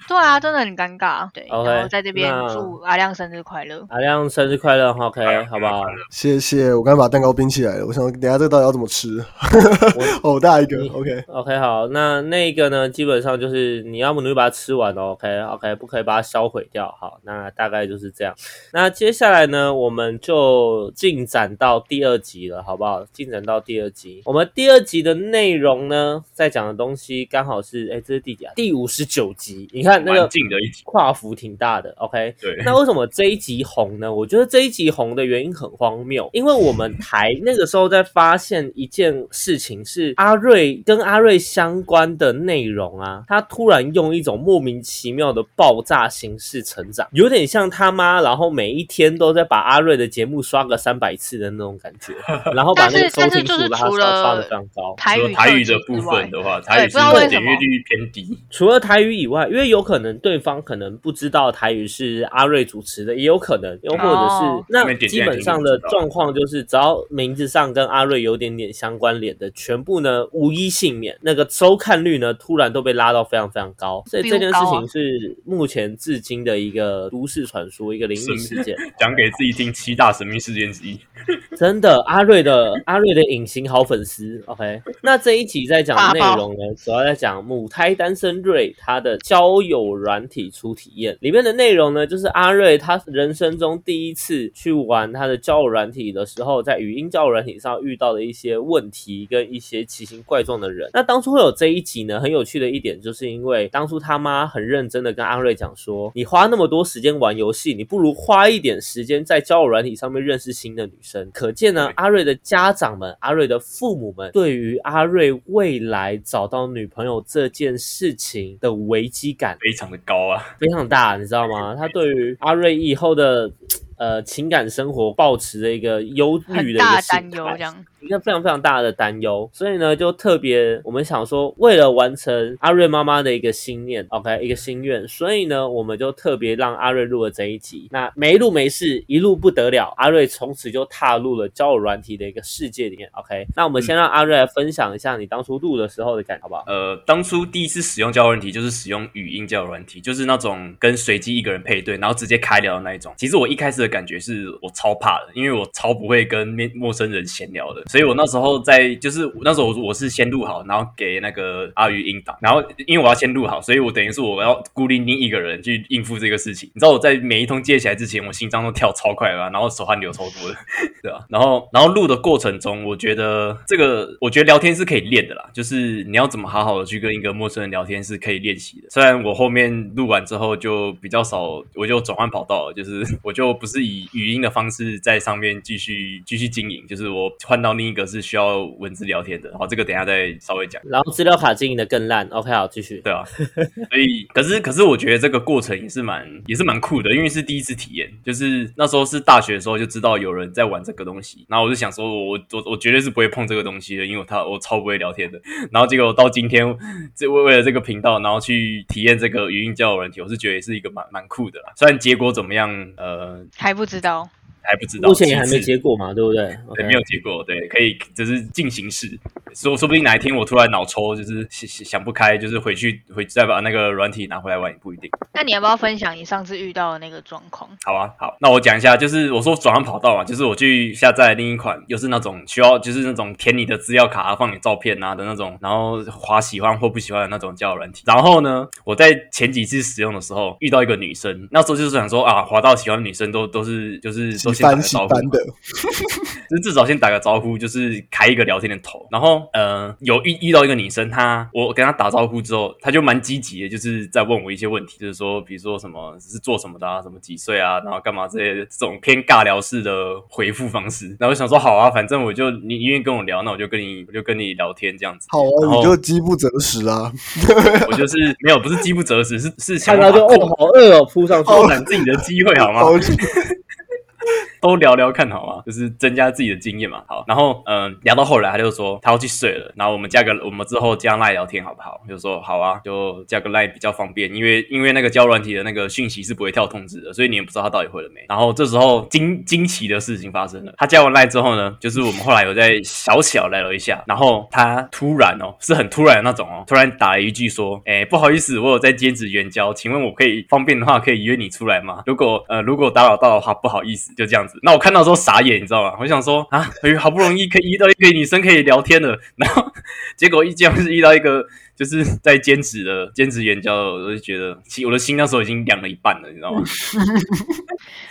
[SPEAKER 3] 对啊，真的很尴尬。对
[SPEAKER 1] OK，
[SPEAKER 3] 然后在这边
[SPEAKER 1] 那
[SPEAKER 3] 祝阿亮生日快乐。
[SPEAKER 1] 阿亮生日快乐，OK，好不好？
[SPEAKER 2] 谢谢，我刚才把蛋糕冰起来了，我想等一下这个到底要怎么吃？ 好大一个
[SPEAKER 4] 嗯
[SPEAKER 1] 你
[SPEAKER 2] ，OK。
[SPEAKER 1] OK，好，那那个呢，基本上就是你要么努力把它吃完哦，OK，OK，、不可以把它销毁掉。好，那大概就是这样。那接下来呢，我们就进展到第二集了，好不好？进展到第二集，我们第二集的内容呢，在讲的东西刚好是，哎，这是第几啊？第五十九集。你看那
[SPEAKER 4] 蛮
[SPEAKER 1] 个
[SPEAKER 4] 近的一集，
[SPEAKER 1] 跨幅挺大的，OK，
[SPEAKER 4] 对，
[SPEAKER 1] 那为什么这一集红呢？我觉得这一集红的原因很荒谬，因为我们台那个时候在发现一件事情，是阿瑞跟阿瑞相关的内容啊，他突然用一种莫名其妙的爆炸形式成长，有点像他妈，然后每一天都在把阿瑞的节目刷个三百次的那种感觉，然后把那个
[SPEAKER 3] 但是
[SPEAKER 1] 收听
[SPEAKER 3] 但是就是
[SPEAKER 1] 数把它
[SPEAKER 3] 除
[SPEAKER 1] 刷
[SPEAKER 3] 了
[SPEAKER 1] 刷的非常高。
[SPEAKER 3] 台
[SPEAKER 4] 说
[SPEAKER 3] 语
[SPEAKER 4] 台语
[SPEAKER 3] 特
[SPEAKER 4] 的
[SPEAKER 3] 辑
[SPEAKER 4] 部
[SPEAKER 3] 之外
[SPEAKER 4] 分的话，台语
[SPEAKER 3] 不知道为
[SPEAKER 4] 是
[SPEAKER 3] 什
[SPEAKER 4] 点阅
[SPEAKER 3] 么
[SPEAKER 4] 率偏低，
[SPEAKER 1] 除了台语以外，因为有可能对方可能不知道台语是阿瑞主持的，也有可能，又或者是、
[SPEAKER 3] 哦
[SPEAKER 1] 那基本上的状况就是，只要名字上跟阿瑞有点点相关联的，全部呢无一幸免。那个收看率呢，突然都被拉到非常非常高，啊所以这件事情是目前至今的一个都市传说，一个灵异事件。
[SPEAKER 4] 讲给自己听七大神秘事件之一。
[SPEAKER 1] 真的，阿瑞的阿瑞的隐形好粉丝，OK。那这一集在讲的内容呢，主要在讲母胎单身瑞他的交友软体初体验。里面的内容呢，就是阿瑞他人生中第一次去玩他的交友软体的时候，在语音交友软体上遇到的一些问题跟一些奇形怪状的人。那当初会有这一集呢，很有趣的一点，就是因为当初他妈很认真的跟阿瑞讲说，你花那么多时间玩游戏，你不如花一点时间在交友软体上面认识新的女生。可见呢
[SPEAKER 4] 对，
[SPEAKER 1] 阿瑞的家长们、阿瑞的父母们对于阿瑞未来找到女朋友这件事情的危机感
[SPEAKER 4] 非常的高啊，
[SPEAKER 1] 非常大，你知道吗？他对于阿瑞以后的。呃，情感生活抱持着一个忧虑
[SPEAKER 3] 很
[SPEAKER 1] 的一
[SPEAKER 3] 大
[SPEAKER 1] 个
[SPEAKER 3] 的
[SPEAKER 1] 心
[SPEAKER 3] 担忧
[SPEAKER 1] 态
[SPEAKER 3] 这样。
[SPEAKER 1] 一个非常非常大的担忧，所以呢，就特别我们想说，为了完成阿瑞妈妈的一个心念，OK，一个心愿，所以呢，我们就特别让阿瑞录了这一集。那没录没事，一录不得了，阿瑞从此就踏入了交友软体的一个世界里面，OK。那我们
[SPEAKER 4] 嗯
[SPEAKER 1] 先让阿瑞来分享一下你当初录的时候的感觉，好不好？
[SPEAKER 4] 呃，当初第一次使用交友软体就是使用语音交友软体，就是那种跟随机一个人配对，然后直接开聊的那一种。其实我一开始的感觉是我超怕的，因为我超不会跟面陌生人闲聊的，所以我那时候在就是那时候我是先录好，然后给那个阿鱼音档，然后因为我要先录好，所以我等于是我要孤零零一个人去应付这个事情。你知道我在每一通接起来之前，我心脏都跳超快吧，然后手汗流超多的。对啊，然后然后录的过程中，我觉得这个，我觉得聊天是可以练的啦，就是你要怎么好好的去跟一个陌生人聊天是可以练习的。虽然我后面录完之后就比较少，我就转换跑道了，就是 我就不是以语音的方式在上面继续继续经营，就是我换到另一个是需要文字聊天的。好，这个等一下再稍微讲。
[SPEAKER 1] 然后资料卡经营的更烂，OK，好，继续。
[SPEAKER 4] 对啊，所以可是可是我觉得这个过程也是蛮也是蛮酷的，因为是第一次体验，就是那时候是大学的时候就知道有人在玩这个东西，然后我就想说我我我我绝对是不会碰这个东西的，因为我他我超不会聊天的， 然后结果到今天这为为了这个频道，然后去体验这个语音交友软体，我是觉得也是一个蛮蛮酷的啦，虽然结果怎么样呃
[SPEAKER 3] 还不知道，
[SPEAKER 4] 还不知道，
[SPEAKER 1] 目前也还
[SPEAKER 4] 其
[SPEAKER 1] 没
[SPEAKER 4] 次
[SPEAKER 1] 结果嘛，对不对
[SPEAKER 4] 对，
[SPEAKER 1] ？OK，
[SPEAKER 4] 没有结果，对，可以就是进行式，说说不定哪一天我突然脑抽，就是想想想不开，就是回去回再把那个软体拿回来玩也不一定。
[SPEAKER 3] 那你要不要分享你上次遇到的那个状况？
[SPEAKER 4] 好啊，好，那我讲一下，就是我说转换跑道嘛，就是我去下载另一款，又是那种需要就是那种填你的资料卡、啊、放你照片啊的那种，然后划喜欢或不喜欢的那种交友软体。然后呢，我在前几次使用的时候遇到一个女生，那时候就是想说啊，滑到喜欢的女生都都是就是
[SPEAKER 2] 喜
[SPEAKER 4] 都先打
[SPEAKER 2] 翻
[SPEAKER 4] 个
[SPEAKER 2] 喜
[SPEAKER 4] 招呼
[SPEAKER 2] 翻
[SPEAKER 4] 嘛
[SPEAKER 2] 的，
[SPEAKER 4] 就是至少先打个招呼，就是开一个聊天的头。然后呃，有遇遇到一个女生，她我跟她打招呼之后，她就蛮积极的，就是在问我一些问题，就是说，比如说什么是做什么的啊，什么几岁啊，然后干嘛这些这种偏尬聊式的回复方式。然后我想说，好啊，反正我就你愿意跟我聊，那我就跟你我就跟你聊天这样子。
[SPEAKER 2] 好
[SPEAKER 4] 然
[SPEAKER 2] 啊，
[SPEAKER 4] 后
[SPEAKER 2] 你就饥不择食啊！
[SPEAKER 4] 我就是没有不是饥不择食，是是想
[SPEAKER 1] 看
[SPEAKER 4] 要
[SPEAKER 1] 到就哦
[SPEAKER 4] 把
[SPEAKER 1] 哦，好饿哦，扑上去。
[SPEAKER 4] 啊拓展自己的机会好吗？
[SPEAKER 2] 好，
[SPEAKER 4] 都聊聊看好吗？就是增加自己的经验嘛。好，然后嗯，聊到后来他就说他要去睡了，然后我们加个我们之后加赖聊天好不好？我就说好啊，就加个赖比较方便，因为因为那个交友软体的那个讯息是不会跳通知的，所以你也不知道他到底回了没。然后这时候惊惊奇的事情发生了，他加完赖之后呢，就是我们后来有在小小聊了一下，然后他突然哦，是很突然的那种哦，突然打了一句说，哎，不好意思，我有在兼职援交，请问我可以方便的话可以约你出来吗？如果呃如果打扰到的话，不好意思，就这样子。那我看到之后傻眼，你知道吗？我想说啊，哎好不容易可以遇到一个女生可以聊天了，然后结果一见是遇到一个就是在兼职的兼职援交的，我就觉得，其我的心那时候已经凉了一半了，你知道吗？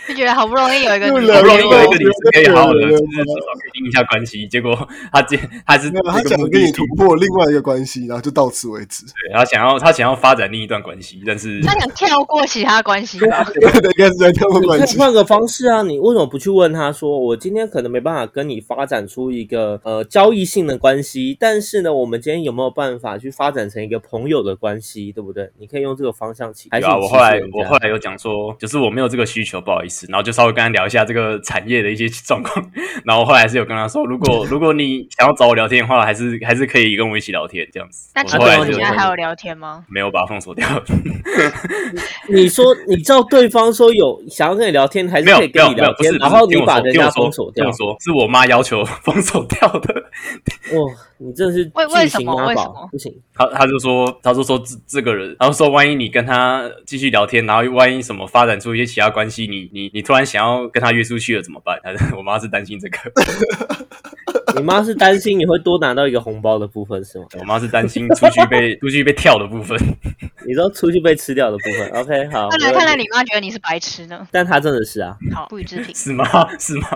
[SPEAKER 3] 就觉得好不容易有一个
[SPEAKER 2] 又
[SPEAKER 3] 女
[SPEAKER 2] 聊
[SPEAKER 4] 好
[SPEAKER 3] 生
[SPEAKER 4] 不
[SPEAKER 2] 了
[SPEAKER 4] 容
[SPEAKER 3] 可以用
[SPEAKER 4] 易有一个女生可以好好的，就是至少可以定一下关系，结果 他这他是
[SPEAKER 2] 没有他
[SPEAKER 4] 这个
[SPEAKER 2] 想
[SPEAKER 4] 目
[SPEAKER 2] 跟
[SPEAKER 4] 的
[SPEAKER 2] 你突破另外一个关系，然后就到此为 止。
[SPEAKER 4] 对他想要他想要发展另一段关系，但是
[SPEAKER 3] 他想跳过其他关系吧？
[SPEAKER 2] 对， 应该是在跳过关
[SPEAKER 1] 你可
[SPEAKER 2] 系
[SPEAKER 1] 以。换个方式啊！你为什么不去问他说，我今天可能没办法跟你发展出一个呃交易性的关系，但是呢，我们今天有没有办法去发展成一个朋友的关系，对不对？你可以用这个方向起。还是
[SPEAKER 4] 有啊，
[SPEAKER 1] 你
[SPEAKER 4] 我
[SPEAKER 1] 歧视
[SPEAKER 4] 后来
[SPEAKER 1] 人家
[SPEAKER 4] 我后来有讲说，就是我没有这个需求，不好意思，然后就稍微跟他聊一下这个产业的一些 状况，然后我后来还是有跟他说，如果如果你想要找我聊天的话，还是还是可以跟我一起聊天这样子。
[SPEAKER 3] 那
[SPEAKER 4] 我
[SPEAKER 3] 请
[SPEAKER 4] 后来
[SPEAKER 1] 啊
[SPEAKER 3] 问
[SPEAKER 4] 就
[SPEAKER 3] 你
[SPEAKER 1] 对
[SPEAKER 3] 现
[SPEAKER 1] 啊
[SPEAKER 3] 在
[SPEAKER 1] 你
[SPEAKER 3] 还有聊天吗？
[SPEAKER 4] 没有把它封锁掉，
[SPEAKER 1] 你说你叫对方说有想要跟你聊天，还是
[SPEAKER 4] 没有
[SPEAKER 1] 可
[SPEAKER 4] 没
[SPEAKER 1] 以跟
[SPEAKER 4] 有
[SPEAKER 1] 你
[SPEAKER 4] 没有
[SPEAKER 1] 聊，
[SPEAKER 4] 不是
[SPEAKER 1] 天，，
[SPEAKER 4] 不
[SPEAKER 1] 然
[SPEAKER 4] 是
[SPEAKER 1] 后你
[SPEAKER 4] 听我
[SPEAKER 1] 把
[SPEAKER 4] 说
[SPEAKER 1] 人
[SPEAKER 4] 听
[SPEAKER 1] 家
[SPEAKER 4] 我说
[SPEAKER 1] 封锁
[SPEAKER 4] 听
[SPEAKER 1] 掉
[SPEAKER 4] 我。说是我妈要求 封锁掉的。
[SPEAKER 1] 哇，你真的是
[SPEAKER 3] 为为
[SPEAKER 1] 巨
[SPEAKER 3] 什
[SPEAKER 1] 型
[SPEAKER 3] 么
[SPEAKER 1] 妈
[SPEAKER 3] 为什
[SPEAKER 1] 宝
[SPEAKER 3] 么，
[SPEAKER 1] 不行。
[SPEAKER 4] 他他就说，他就说这这个人，然后说万一你跟他继续聊天，然后万一什么发展出一些其他关系，你你你突然想要跟他约出去了怎么办？ 我妈是担心这个，
[SPEAKER 1] 你妈是担心你会多拿到一个红包的部分是吗？
[SPEAKER 4] 我妈是担心出去被 出去被跳的部分。
[SPEAKER 1] 你说出去被吃掉的部分，OK，好。
[SPEAKER 3] 看来
[SPEAKER 1] 没问
[SPEAKER 3] 看来
[SPEAKER 1] 题，
[SPEAKER 3] 你妈觉得你是白痴呢。
[SPEAKER 1] 但她真的是啊。
[SPEAKER 3] 好，不予置评。
[SPEAKER 4] 是吗？是吗？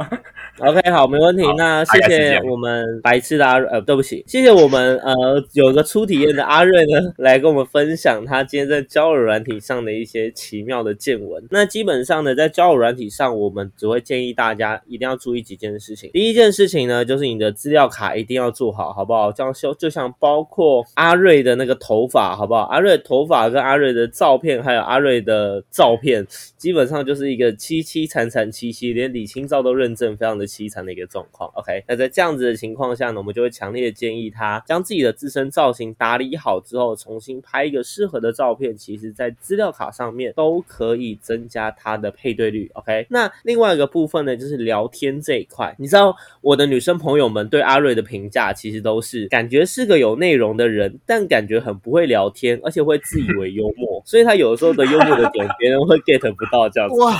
[SPEAKER 1] OK，好，没问题
[SPEAKER 4] 好。
[SPEAKER 1] 那
[SPEAKER 4] 大
[SPEAKER 1] 谢
[SPEAKER 4] 概是这
[SPEAKER 1] 谢
[SPEAKER 4] 样
[SPEAKER 1] 我们白痴的阿瑞，呃，对不起，谢谢我们呃有个初体验的阿瑞呢，来跟我们分享他今天在交友软体上的一些奇妙的见闻。那基本上呢，在交友软体上，我们只会建议大家一定要注意几件事情。第一件事情呢，就是你的资料卡一定要做好，好不好？这样修，就像包括阿瑞的那个头发，好不好？阿瑞的头发跟阿瑞的照片，还有阿瑞的照片，基本上就是一个凄凄惨惨戚戚，连李清照都认证非常的凄惨的一个状况。OK，那在这样子的情况下呢，我们就会强烈建议他将自己的自身造型打理好之后，重新拍一个适合的照片。其实，在资料卡上面都可以增加他的配对率。OK，那另外一个部分呢，就是聊天这一块，你知道我的女生朋友们对阿瑞的评价其实都是感觉是个有内容的人，但感觉很不会聊天，而且会自以为幽默，所以他有的时候的幽默的点别人会 get 不到这样 子。
[SPEAKER 2] 哇，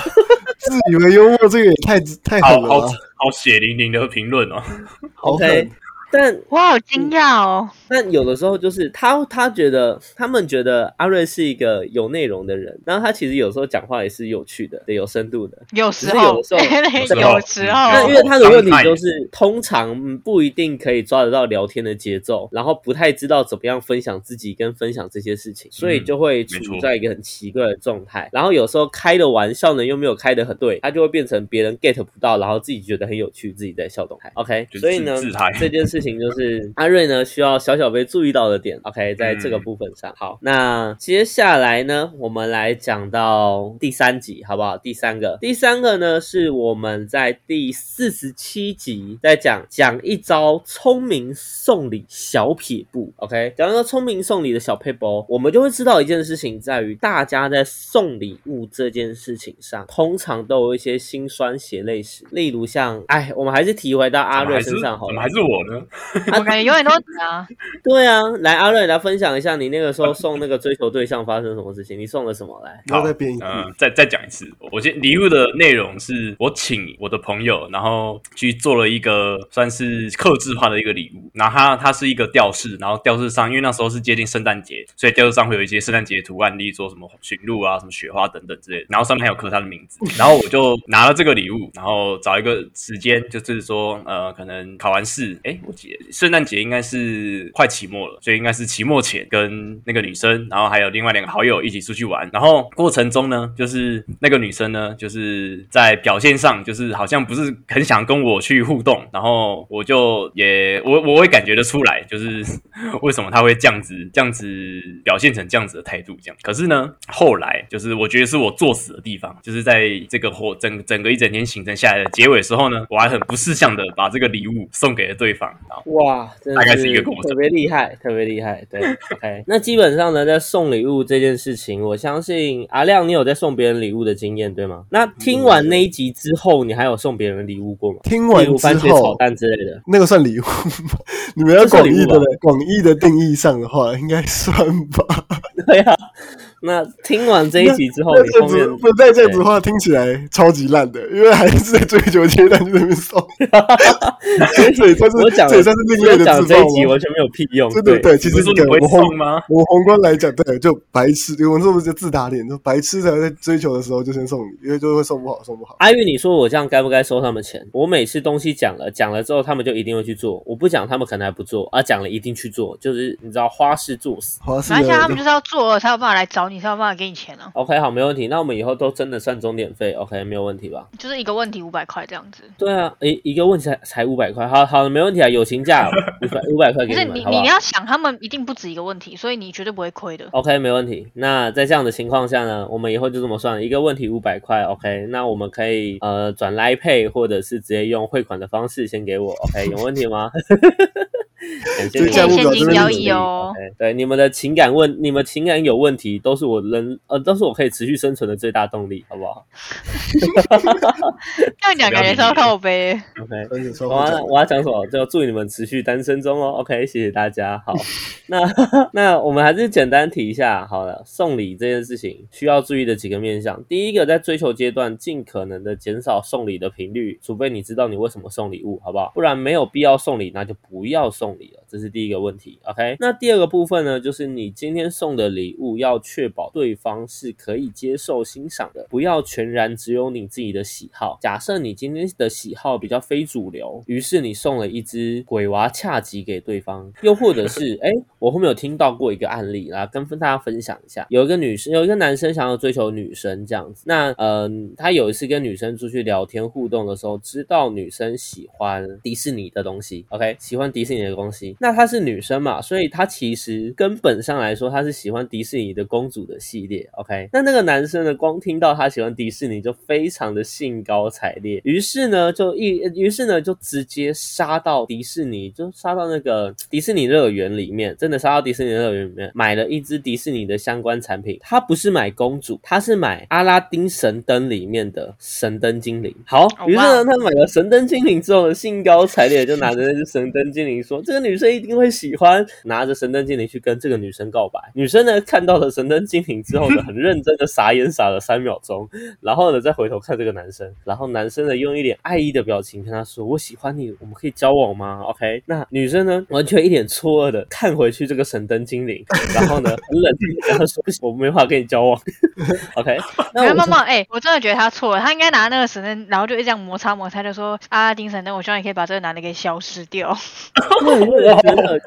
[SPEAKER 2] 自以为幽默这个也太太
[SPEAKER 4] 好
[SPEAKER 2] 狠了
[SPEAKER 4] 好
[SPEAKER 2] 吧，
[SPEAKER 4] 好血淋淋的评论哦。
[SPEAKER 2] 好
[SPEAKER 1] OK，
[SPEAKER 2] 狠！
[SPEAKER 1] 但
[SPEAKER 3] 我好惊讶哦！
[SPEAKER 1] 但有的时候就是他，他觉得他们觉得阿瑞是一个有内容的人，然后他其实有时候讲话也是有趣的，对，有深度的。
[SPEAKER 3] 有
[SPEAKER 1] 只
[SPEAKER 3] 时
[SPEAKER 1] 是
[SPEAKER 3] 候，
[SPEAKER 1] 有时候
[SPEAKER 3] 有时候，
[SPEAKER 1] 那
[SPEAKER 4] 哦
[SPEAKER 1] 因为他的问题
[SPEAKER 4] 伤害
[SPEAKER 1] 就是，通常嗯不一定可以抓得到聊天的节奏，然后不太知道怎么样分享自己跟分享这些事
[SPEAKER 4] 嗯
[SPEAKER 1] 情，所以就会
[SPEAKER 4] 没
[SPEAKER 1] 处
[SPEAKER 4] 错
[SPEAKER 1] 在一个很奇怪的状态。然后有时候开的玩笑呢又没有开得很对，他就会变成别人 get 不到，然后自己觉得很有趣，自己在笑动态。OK，
[SPEAKER 4] 就是
[SPEAKER 1] 所以呢
[SPEAKER 4] 自自嗨，
[SPEAKER 1] 这件事情就是 阿瑞呢需要小小被注意到的点。OK，在这个
[SPEAKER 4] 嗯
[SPEAKER 1] 部分上，好，那接下来呢，我们来讲到第三集，好不好？第三个，第三个呢是我们在第四十七集在讲讲一招聪明送礼小撇步。OK，讲到聪明送礼的小撇步，我们就会知道一件事情，在于大家在送礼物这件事情上，通常都有一些辛酸血泪史，例如像，哎，我们还是提回到阿
[SPEAKER 4] 怎么
[SPEAKER 1] 瑞
[SPEAKER 4] 还是
[SPEAKER 1] 身上好
[SPEAKER 4] 怎
[SPEAKER 1] 了
[SPEAKER 4] 么还。是我呢？
[SPEAKER 3] 我感觉永远都是你啊！
[SPEAKER 1] 对啊，来阿瑞来分享一下你那个时候送那个追求对象发生什么事情？你送了什么来？
[SPEAKER 2] 然后再编一句，
[SPEAKER 4] 嗯，再再讲一次，我今礼物的内容是我请我的朋友，然后去做了一个算是克制化的一个礼物。然后它它是一个吊饰，然后吊饰上因为那时候是接近圣诞节，所以吊饰上会有一些圣诞节的图案，例如说什么驯鹿啊、什么雪花等等 之类的。然后上面还有刻他的名字。然后我就拿了这个礼物，然后找一个时间，就是说呃，可能考完试，诶，我节，圣诞节应该是快期末了，所以应该是期末前跟那个女生，然后还有另外两个好友一起出去玩，然后过程中呢，就是那个女生呢，就是在表现上就是好像不是很想跟我去互动，然后我就也我我会感觉得出来，就是为什么她会这样子这样子表现成这样子的态度这样。可是呢，后来就是我觉得是我作死的地方，就是在这个活整整个一整天行程下来的结尾的时候呢，我还很不识相的把这个礼物送给了对方，然后
[SPEAKER 1] 哇，真的
[SPEAKER 4] 大概是一个过程
[SPEAKER 1] 特别厉害，特别厉害。对，OK。那基本上呢，在送礼物这件事情，我相信阿亮，你有在送别人礼物的经验，对吗？那听完那一集之后，你还有送别人礼物过吗？
[SPEAKER 2] 听
[SPEAKER 1] 例
[SPEAKER 2] 完
[SPEAKER 1] 如番
[SPEAKER 2] 之
[SPEAKER 1] 茄炒
[SPEAKER 2] 后，
[SPEAKER 1] 蛋之类的。
[SPEAKER 2] 那个算礼物吗？ 你们要广义
[SPEAKER 1] 这算
[SPEAKER 2] 的
[SPEAKER 1] 礼
[SPEAKER 2] 广义的定义上的话，应该算吧。
[SPEAKER 1] 对啊。那听完这一集之后，
[SPEAKER 2] 那
[SPEAKER 1] 你后
[SPEAKER 2] 这样子
[SPEAKER 1] 面
[SPEAKER 2] 不在这样子的话，听起来超级烂的，因为还是在追求阶段就在那边送，这也算是
[SPEAKER 1] 我讲
[SPEAKER 2] 这
[SPEAKER 1] 了
[SPEAKER 2] 也算是另
[SPEAKER 1] 我
[SPEAKER 2] 类的
[SPEAKER 1] 讲
[SPEAKER 2] 自
[SPEAKER 1] 这
[SPEAKER 2] 爆
[SPEAKER 1] 一集
[SPEAKER 2] 吗？
[SPEAKER 1] 完全没有屁用。
[SPEAKER 2] 对对对，其
[SPEAKER 4] 不
[SPEAKER 2] 实
[SPEAKER 4] 是说你
[SPEAKER 2] 对
[SPEAKER 4] 不
[SPEAKER 2] 我
[SPEAKER 4] 会
[SPEAKER 2] 们
[SPEAKER 4] 送
[SPEAKER 2] 宏
[SPEAKER 4] 吗？
[SPEAKER 2] 我们宏观来讲，对，就白痴，我们是不是就自打脸？就白痴才会在追求的时候就先送你，因为就会送不好，送不好。
[SPEAKER 1] 阿玉，你说我这样该不该收他们钱？我每次东西讲了，讲了之后他们就一定会去做，我不讲他们可能还不做，啊，讲了一定去做，就是你知道花式作死。
[SPEAKER 2] 华氏
[SPEAKER 3] 反正啊现在他们
[SPEAKER 2] 的
[SPEAKER 3] 就是要做了才有办法来找你，才有办法给你钱啊，
[SPEAKER 1] OK，好，没问题。那我们以后都真的算钟点费，OK，没有问题吧？
[SPEAKER 3] 就是一个问题五百块这样子。
[SPEAKER 1] 对啊，一一个问题才才五百块，好好，没问题啊，友情价五百五百块
[SPEAKER 3] 可
[SPEAKER 1] 给
[SPEAKER 3] 是
[SPEAKER 1] 你们，
[SPEAKER 3] 你
[SPEAKER 1] 好不好啊
[SPEAKER 3] 你要想，他们一定不止一个问题，所以你绝对不会亏的。
[SPEAKER 1] ？OK，没问题。那在这样的情况下呢，我们以后就这么算，一个问题五百块，OK。那我们可以呃转 Line Pay，或者是直接用汇款的方式先给我，OK，有问题吗？ 感谢
[SPEAKER 2] 这
[SPEAKER 1] 你
[SPEAKER 2] 价目
[SPEAKER 1] 们
[SPEAKER 2] 表
[SPEAKER 1] 的努
[SPEAKER 2] 真的是
[SPEAKER 1] 力
[SPEAKER 2] 努
[SPEAKER 3] 力哦
[SPEAKER 1] OK，对，你们的情感问，你们情感有问题，都是我能呃，都是我可以持续生存的最大动力，好不好
[SPEAKER 3] 这样讲感觉是要靠背，
[SPEAKER 1] ？OK，
[SPEAKER 2] 而且超
[SPEAKER 1] 我
[SPEAKER 2] 好讲
[SPEAKER 1] 要啊我要讲什么？就祝你们持续单身中哦。OK，谢谢大家。好， 那那我们还是简单提一下好了。送礼这件事情需要注意的几个面向，第一个在追求阶段，尽可能的减少送礼的频率，除非你知道你为什么送礼物，好不好？不然没有必要送礼，那就不要送礼了。这是第一个问题。OK，那第二个部分呢，就是你今天送的礼物要确保对方是可以接受、欣赏的，不要全然只有你自己的喜好。假设你今天的喜好比较非主流，于是你送了一只鬼娃恰吉给对方， 又或者是哎，我后面有听到过一个案例啦，跟大家分享一下，有一个女生，有一个男生想要追求女生这样子，那嗯、他有一次跟女生出去聊天互动的时候，知道女生喜欢迪士尼的东西，OK，喜欢迪士尼的东西，那她是女生嘛，所以她其实根本上来说，她是喜欢迪士尼的公主的系列，OK，那那个男生呢，光听到她喜欢迪士尼就非常的兴高采烈，于是呢就一，于是呢就直接杀到迪士尼，就杀到那个迪士尼乐园里面，真的杀到迪士尼乐园里面，买了一只迪士尼的相关产品。他不是买公主，他是买阿拉丁神灯里面的神灯精灵。好，于是
[SPEAKER 3] 哇
[SPEAKER 1] 呢
[SPEAKER 3] 哦
[SPEAKER 1] 他买了神灯精灵之后呢，兴高采烈地就拿着那只神灯精灵说：“这个女生一定会喜欢。”拿着神灯精灵去跟这个女生告白。女生呢看到了神灯精灵之后呢，很认真的傻眼傻了三秒钟，然后呢，再回头看这个男生，然后男生呢用一脸爱意的表情跟他说：“我喜欢你，我们可以交往吗？”OK，那女生呢完全一脸错愕的看回去这个神灯精灵，然后呢很冷静地跟他说：“不行，我没办法跟你交往。”OK，那
[SPEAKER 3] 没有
[SPEAKER 1] 我
[SPEAKER 3] 梦
[SPEAKER 1] 就
[SPEAKER 3] 梦，哎、我真的觉得他错了，他应该拿那个神灯，然后就一直这样摩擦摩擦，就说阿拉丁神灯，我希望你可以把这个男的给消失掉。
[SPEAKER 1] 对我也觉得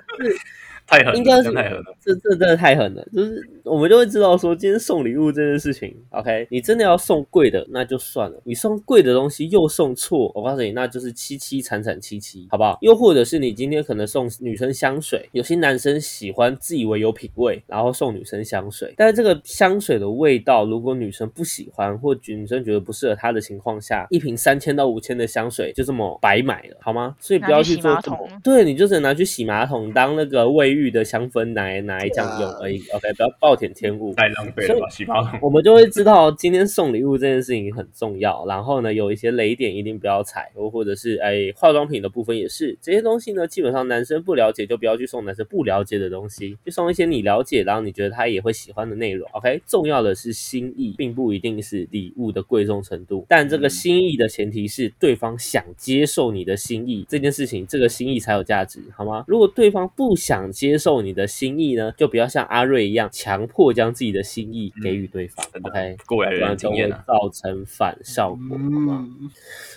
[SPEAKER 4] 太狠了，
[SPEAKER 1] 应该是
[SPEAKER 4] 真的太狠了。
[SPEAKER 1] 这这真的太狠了，就是我们就会知道说，今天送礼物这件事情，OK，你真的要送贵的那就算了，你送贵的东西又送错，我告诉你，那就是七七惨惨戚戚，好不好？又或者是你今天可能送女生香水，有些男生喜欢自以为有品味，然后送女生香水，但是这个香水的味道，如果女生不喜欢或女生觉得不适合她的情况下，一瓶三千到五千的香水就这么白买了，好吗？所以不要去做
[SPEAKER 3] 拿去洗
[SPEAKER 1] 这
[SPEAKER 3] 马
[SPEAKER 1] 么
[SPEAKER 3] 桶
[SPEAKER 1] 对，你就只能拿去洗马桶当那个卫浴的香氛拿来拿来这样用而已。OK，不要暴殄天物。
[SPEAKER 4] 太浪费了吧，洗马桶。
[SPEAKER 1] 我们就会知道今天送礼物这件事情很重要，然后呢，有一些雷点一定不要踩，或或者是哎化妆品的部分也是这些东西呢，基本上男生不了解就不要去送男生不了解的东西，去送一些你了解，然后你觉得他也会喜欢的内容。OK，重要的是心意，并不一定是礼物的贵重程度，但这个心意的前提是对方想接受你的心意这件事情，这个心意才有价值，好吗？如果对方不想接。接受你的心意呢，就不要像阿瑞一样强迫将自己的心意给予对方。
[SPEAKER 4] 真的
[SPEAKER 1] OK，
[SPEAKER 4] 过来
[SPEAKER 1] 不
[SPEAKER 4] 人的
[SPEAKER 1] 然就
[SPEAKER 4] 嗯经
[SPEAKER 1] 会
[SPEAKER 4] 验啊。
[SPEAKER 1] 造成反效果。好吗
[SPEAKER 2] 嗯，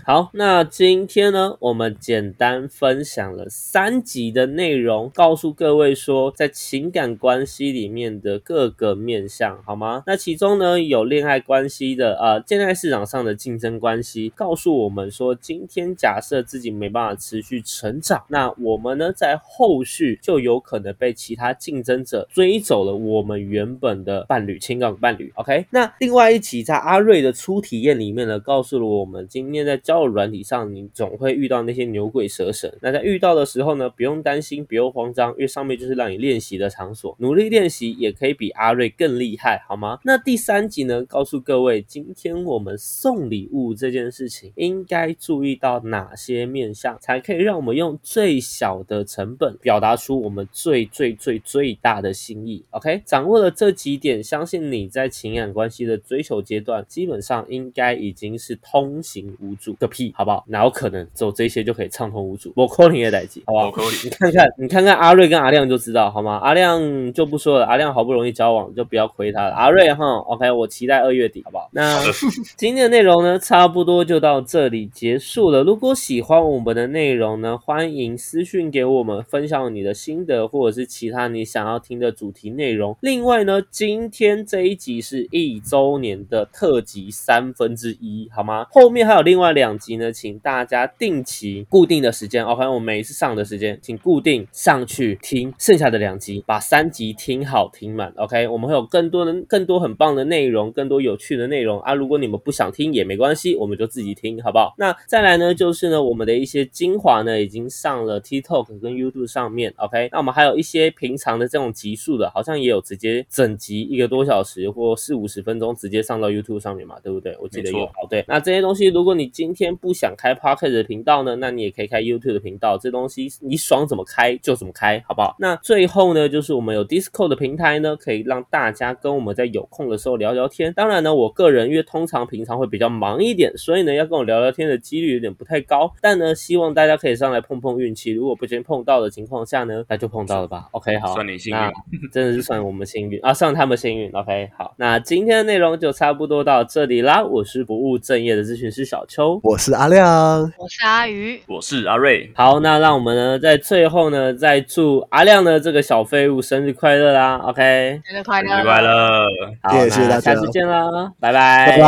[SPEAKER 1] 好，那今天呢，我们简单分享了三集的内容，告诉各位说，在情感关系里面的各个面向，好吗？那其中呢，有恋爱关系的，呃，恋爱市场上的竞争关系，告诉我们说，今天假设自己没办法持续成长，那我们呢，在后续就有可能被其他竞争者追走了我们原本的伴侣、情感伴侣。OK，那另外一集在阿瑞的初体验里面呢，告诉了我们，今天在交友软体上，你总会遇到那些牛鬼蛇神。那在遇到的时候呢，不用担心，不用慌张，因为上面就是让你练习的场所，努力练习也可以比阿瑞更厉害，好吗？那第三集呢，告诉各位，今天我们送礼物这件事情，应该注意到哪些面向，才可以让我们用最小的成本表达出我们最最最最大的心意。OK，掌握了这几点，相信你在情感关系的追求阶段，基本上应该已经是通行无阻。个屁，好不好？哪有可能走这些就可以畅通无阻？我扣你也得记，好不好
[SPEAKER 4] 我？口里
[SPEAKER 1] 你看看， 你看看阿瑞跟阿亮就知道好吗？阿亮就不说了，阿亮好不容易交往，就不要亏他了。阿瑞哈，OK，我期待二月底，好不好？那
[SPEAKER 4] 好的
[SPEAKER 1] 今天的内容呢，差不多就到这里结束了。如果喜欢我们的内容呢，欢迎私讯给我们，分享你的心得或者是其他你想要听的主题内容。另外呢，今天这一集是一周年的特辑三分之一，好吗？后面还有另外两集呢，请大家定期固定的时间哦，反正我每一次上的时间，请固定上去听剩下的两集，把三集听好听满。OK，我们会有更多的、更多很棒的内容，更多有趣的内容啊。如果你们不想听也没关系，我们就自己听，好不好？那再来呢，就是呢，我们的一些精华呢，已经上了 TikTok 跟 YouTube 上面。OK，那我们还有一些平常的这种集数的，好像也有直接整集一个多小时或四五十分钟直接上到 YouTube 上面嘛，对不对？我记得
[SPEAKER 4] 没错
[SPEAKER 1] 有。好，对，那这些东西，如果你今天不想开 Pocket 的频道呢，那你也可以开 YouTube 的频道，这东西你爽怎么开就怎么开，好不好？那最后呢，就是我们有 Discord 的平台呢，可以让大家跟我们在有空的时候聊聊天。当然呢，我个人因为通常平常会比较忙一点，所以呢，要跟我聊聊天的几率有点不太高。但呢，希望大家可以上来碰碰运气，如果不小心碰到的情况下呢，那就碰到了吧。OK，好，
[SPEAKER 4] 算你幸运啊
[SPEAKER 1] 那真的是算我们幸运啊，算他们幸运。OK，好，那今天的内容就差不多到这里啦。我是不务正业的咨询师小邱。
[SPEAKER 2] 我是阿亮，
[SPEAKER 3] 我是阿鱼，
[SPEAKER 4] 我是阿瑞，
[SPEAKER 1] 好，那让我们呢在最后呢再祝阿亮呢这个小废物生日快乐啦。OK，
[SPEAKER 3] 生日快
[SPEAKER 4] 生
[SPEAKER 3] 乐，
[SPEAKER 4] 日快，乐，
[SPEAKER 1] 好，
[SPEAKER 2] 谢谢
[SPEAKER 1] 那
[SPEAKER 2] 大家
[SPEAKER 1] 下次见啦，拜
[SPEAKER 2] 拜拜。
[SPEAKER 3] 拜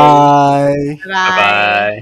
[SPEAKER 4] 拜
[SPEAKER 3] 拜。
[SPEAKER 4] 拜。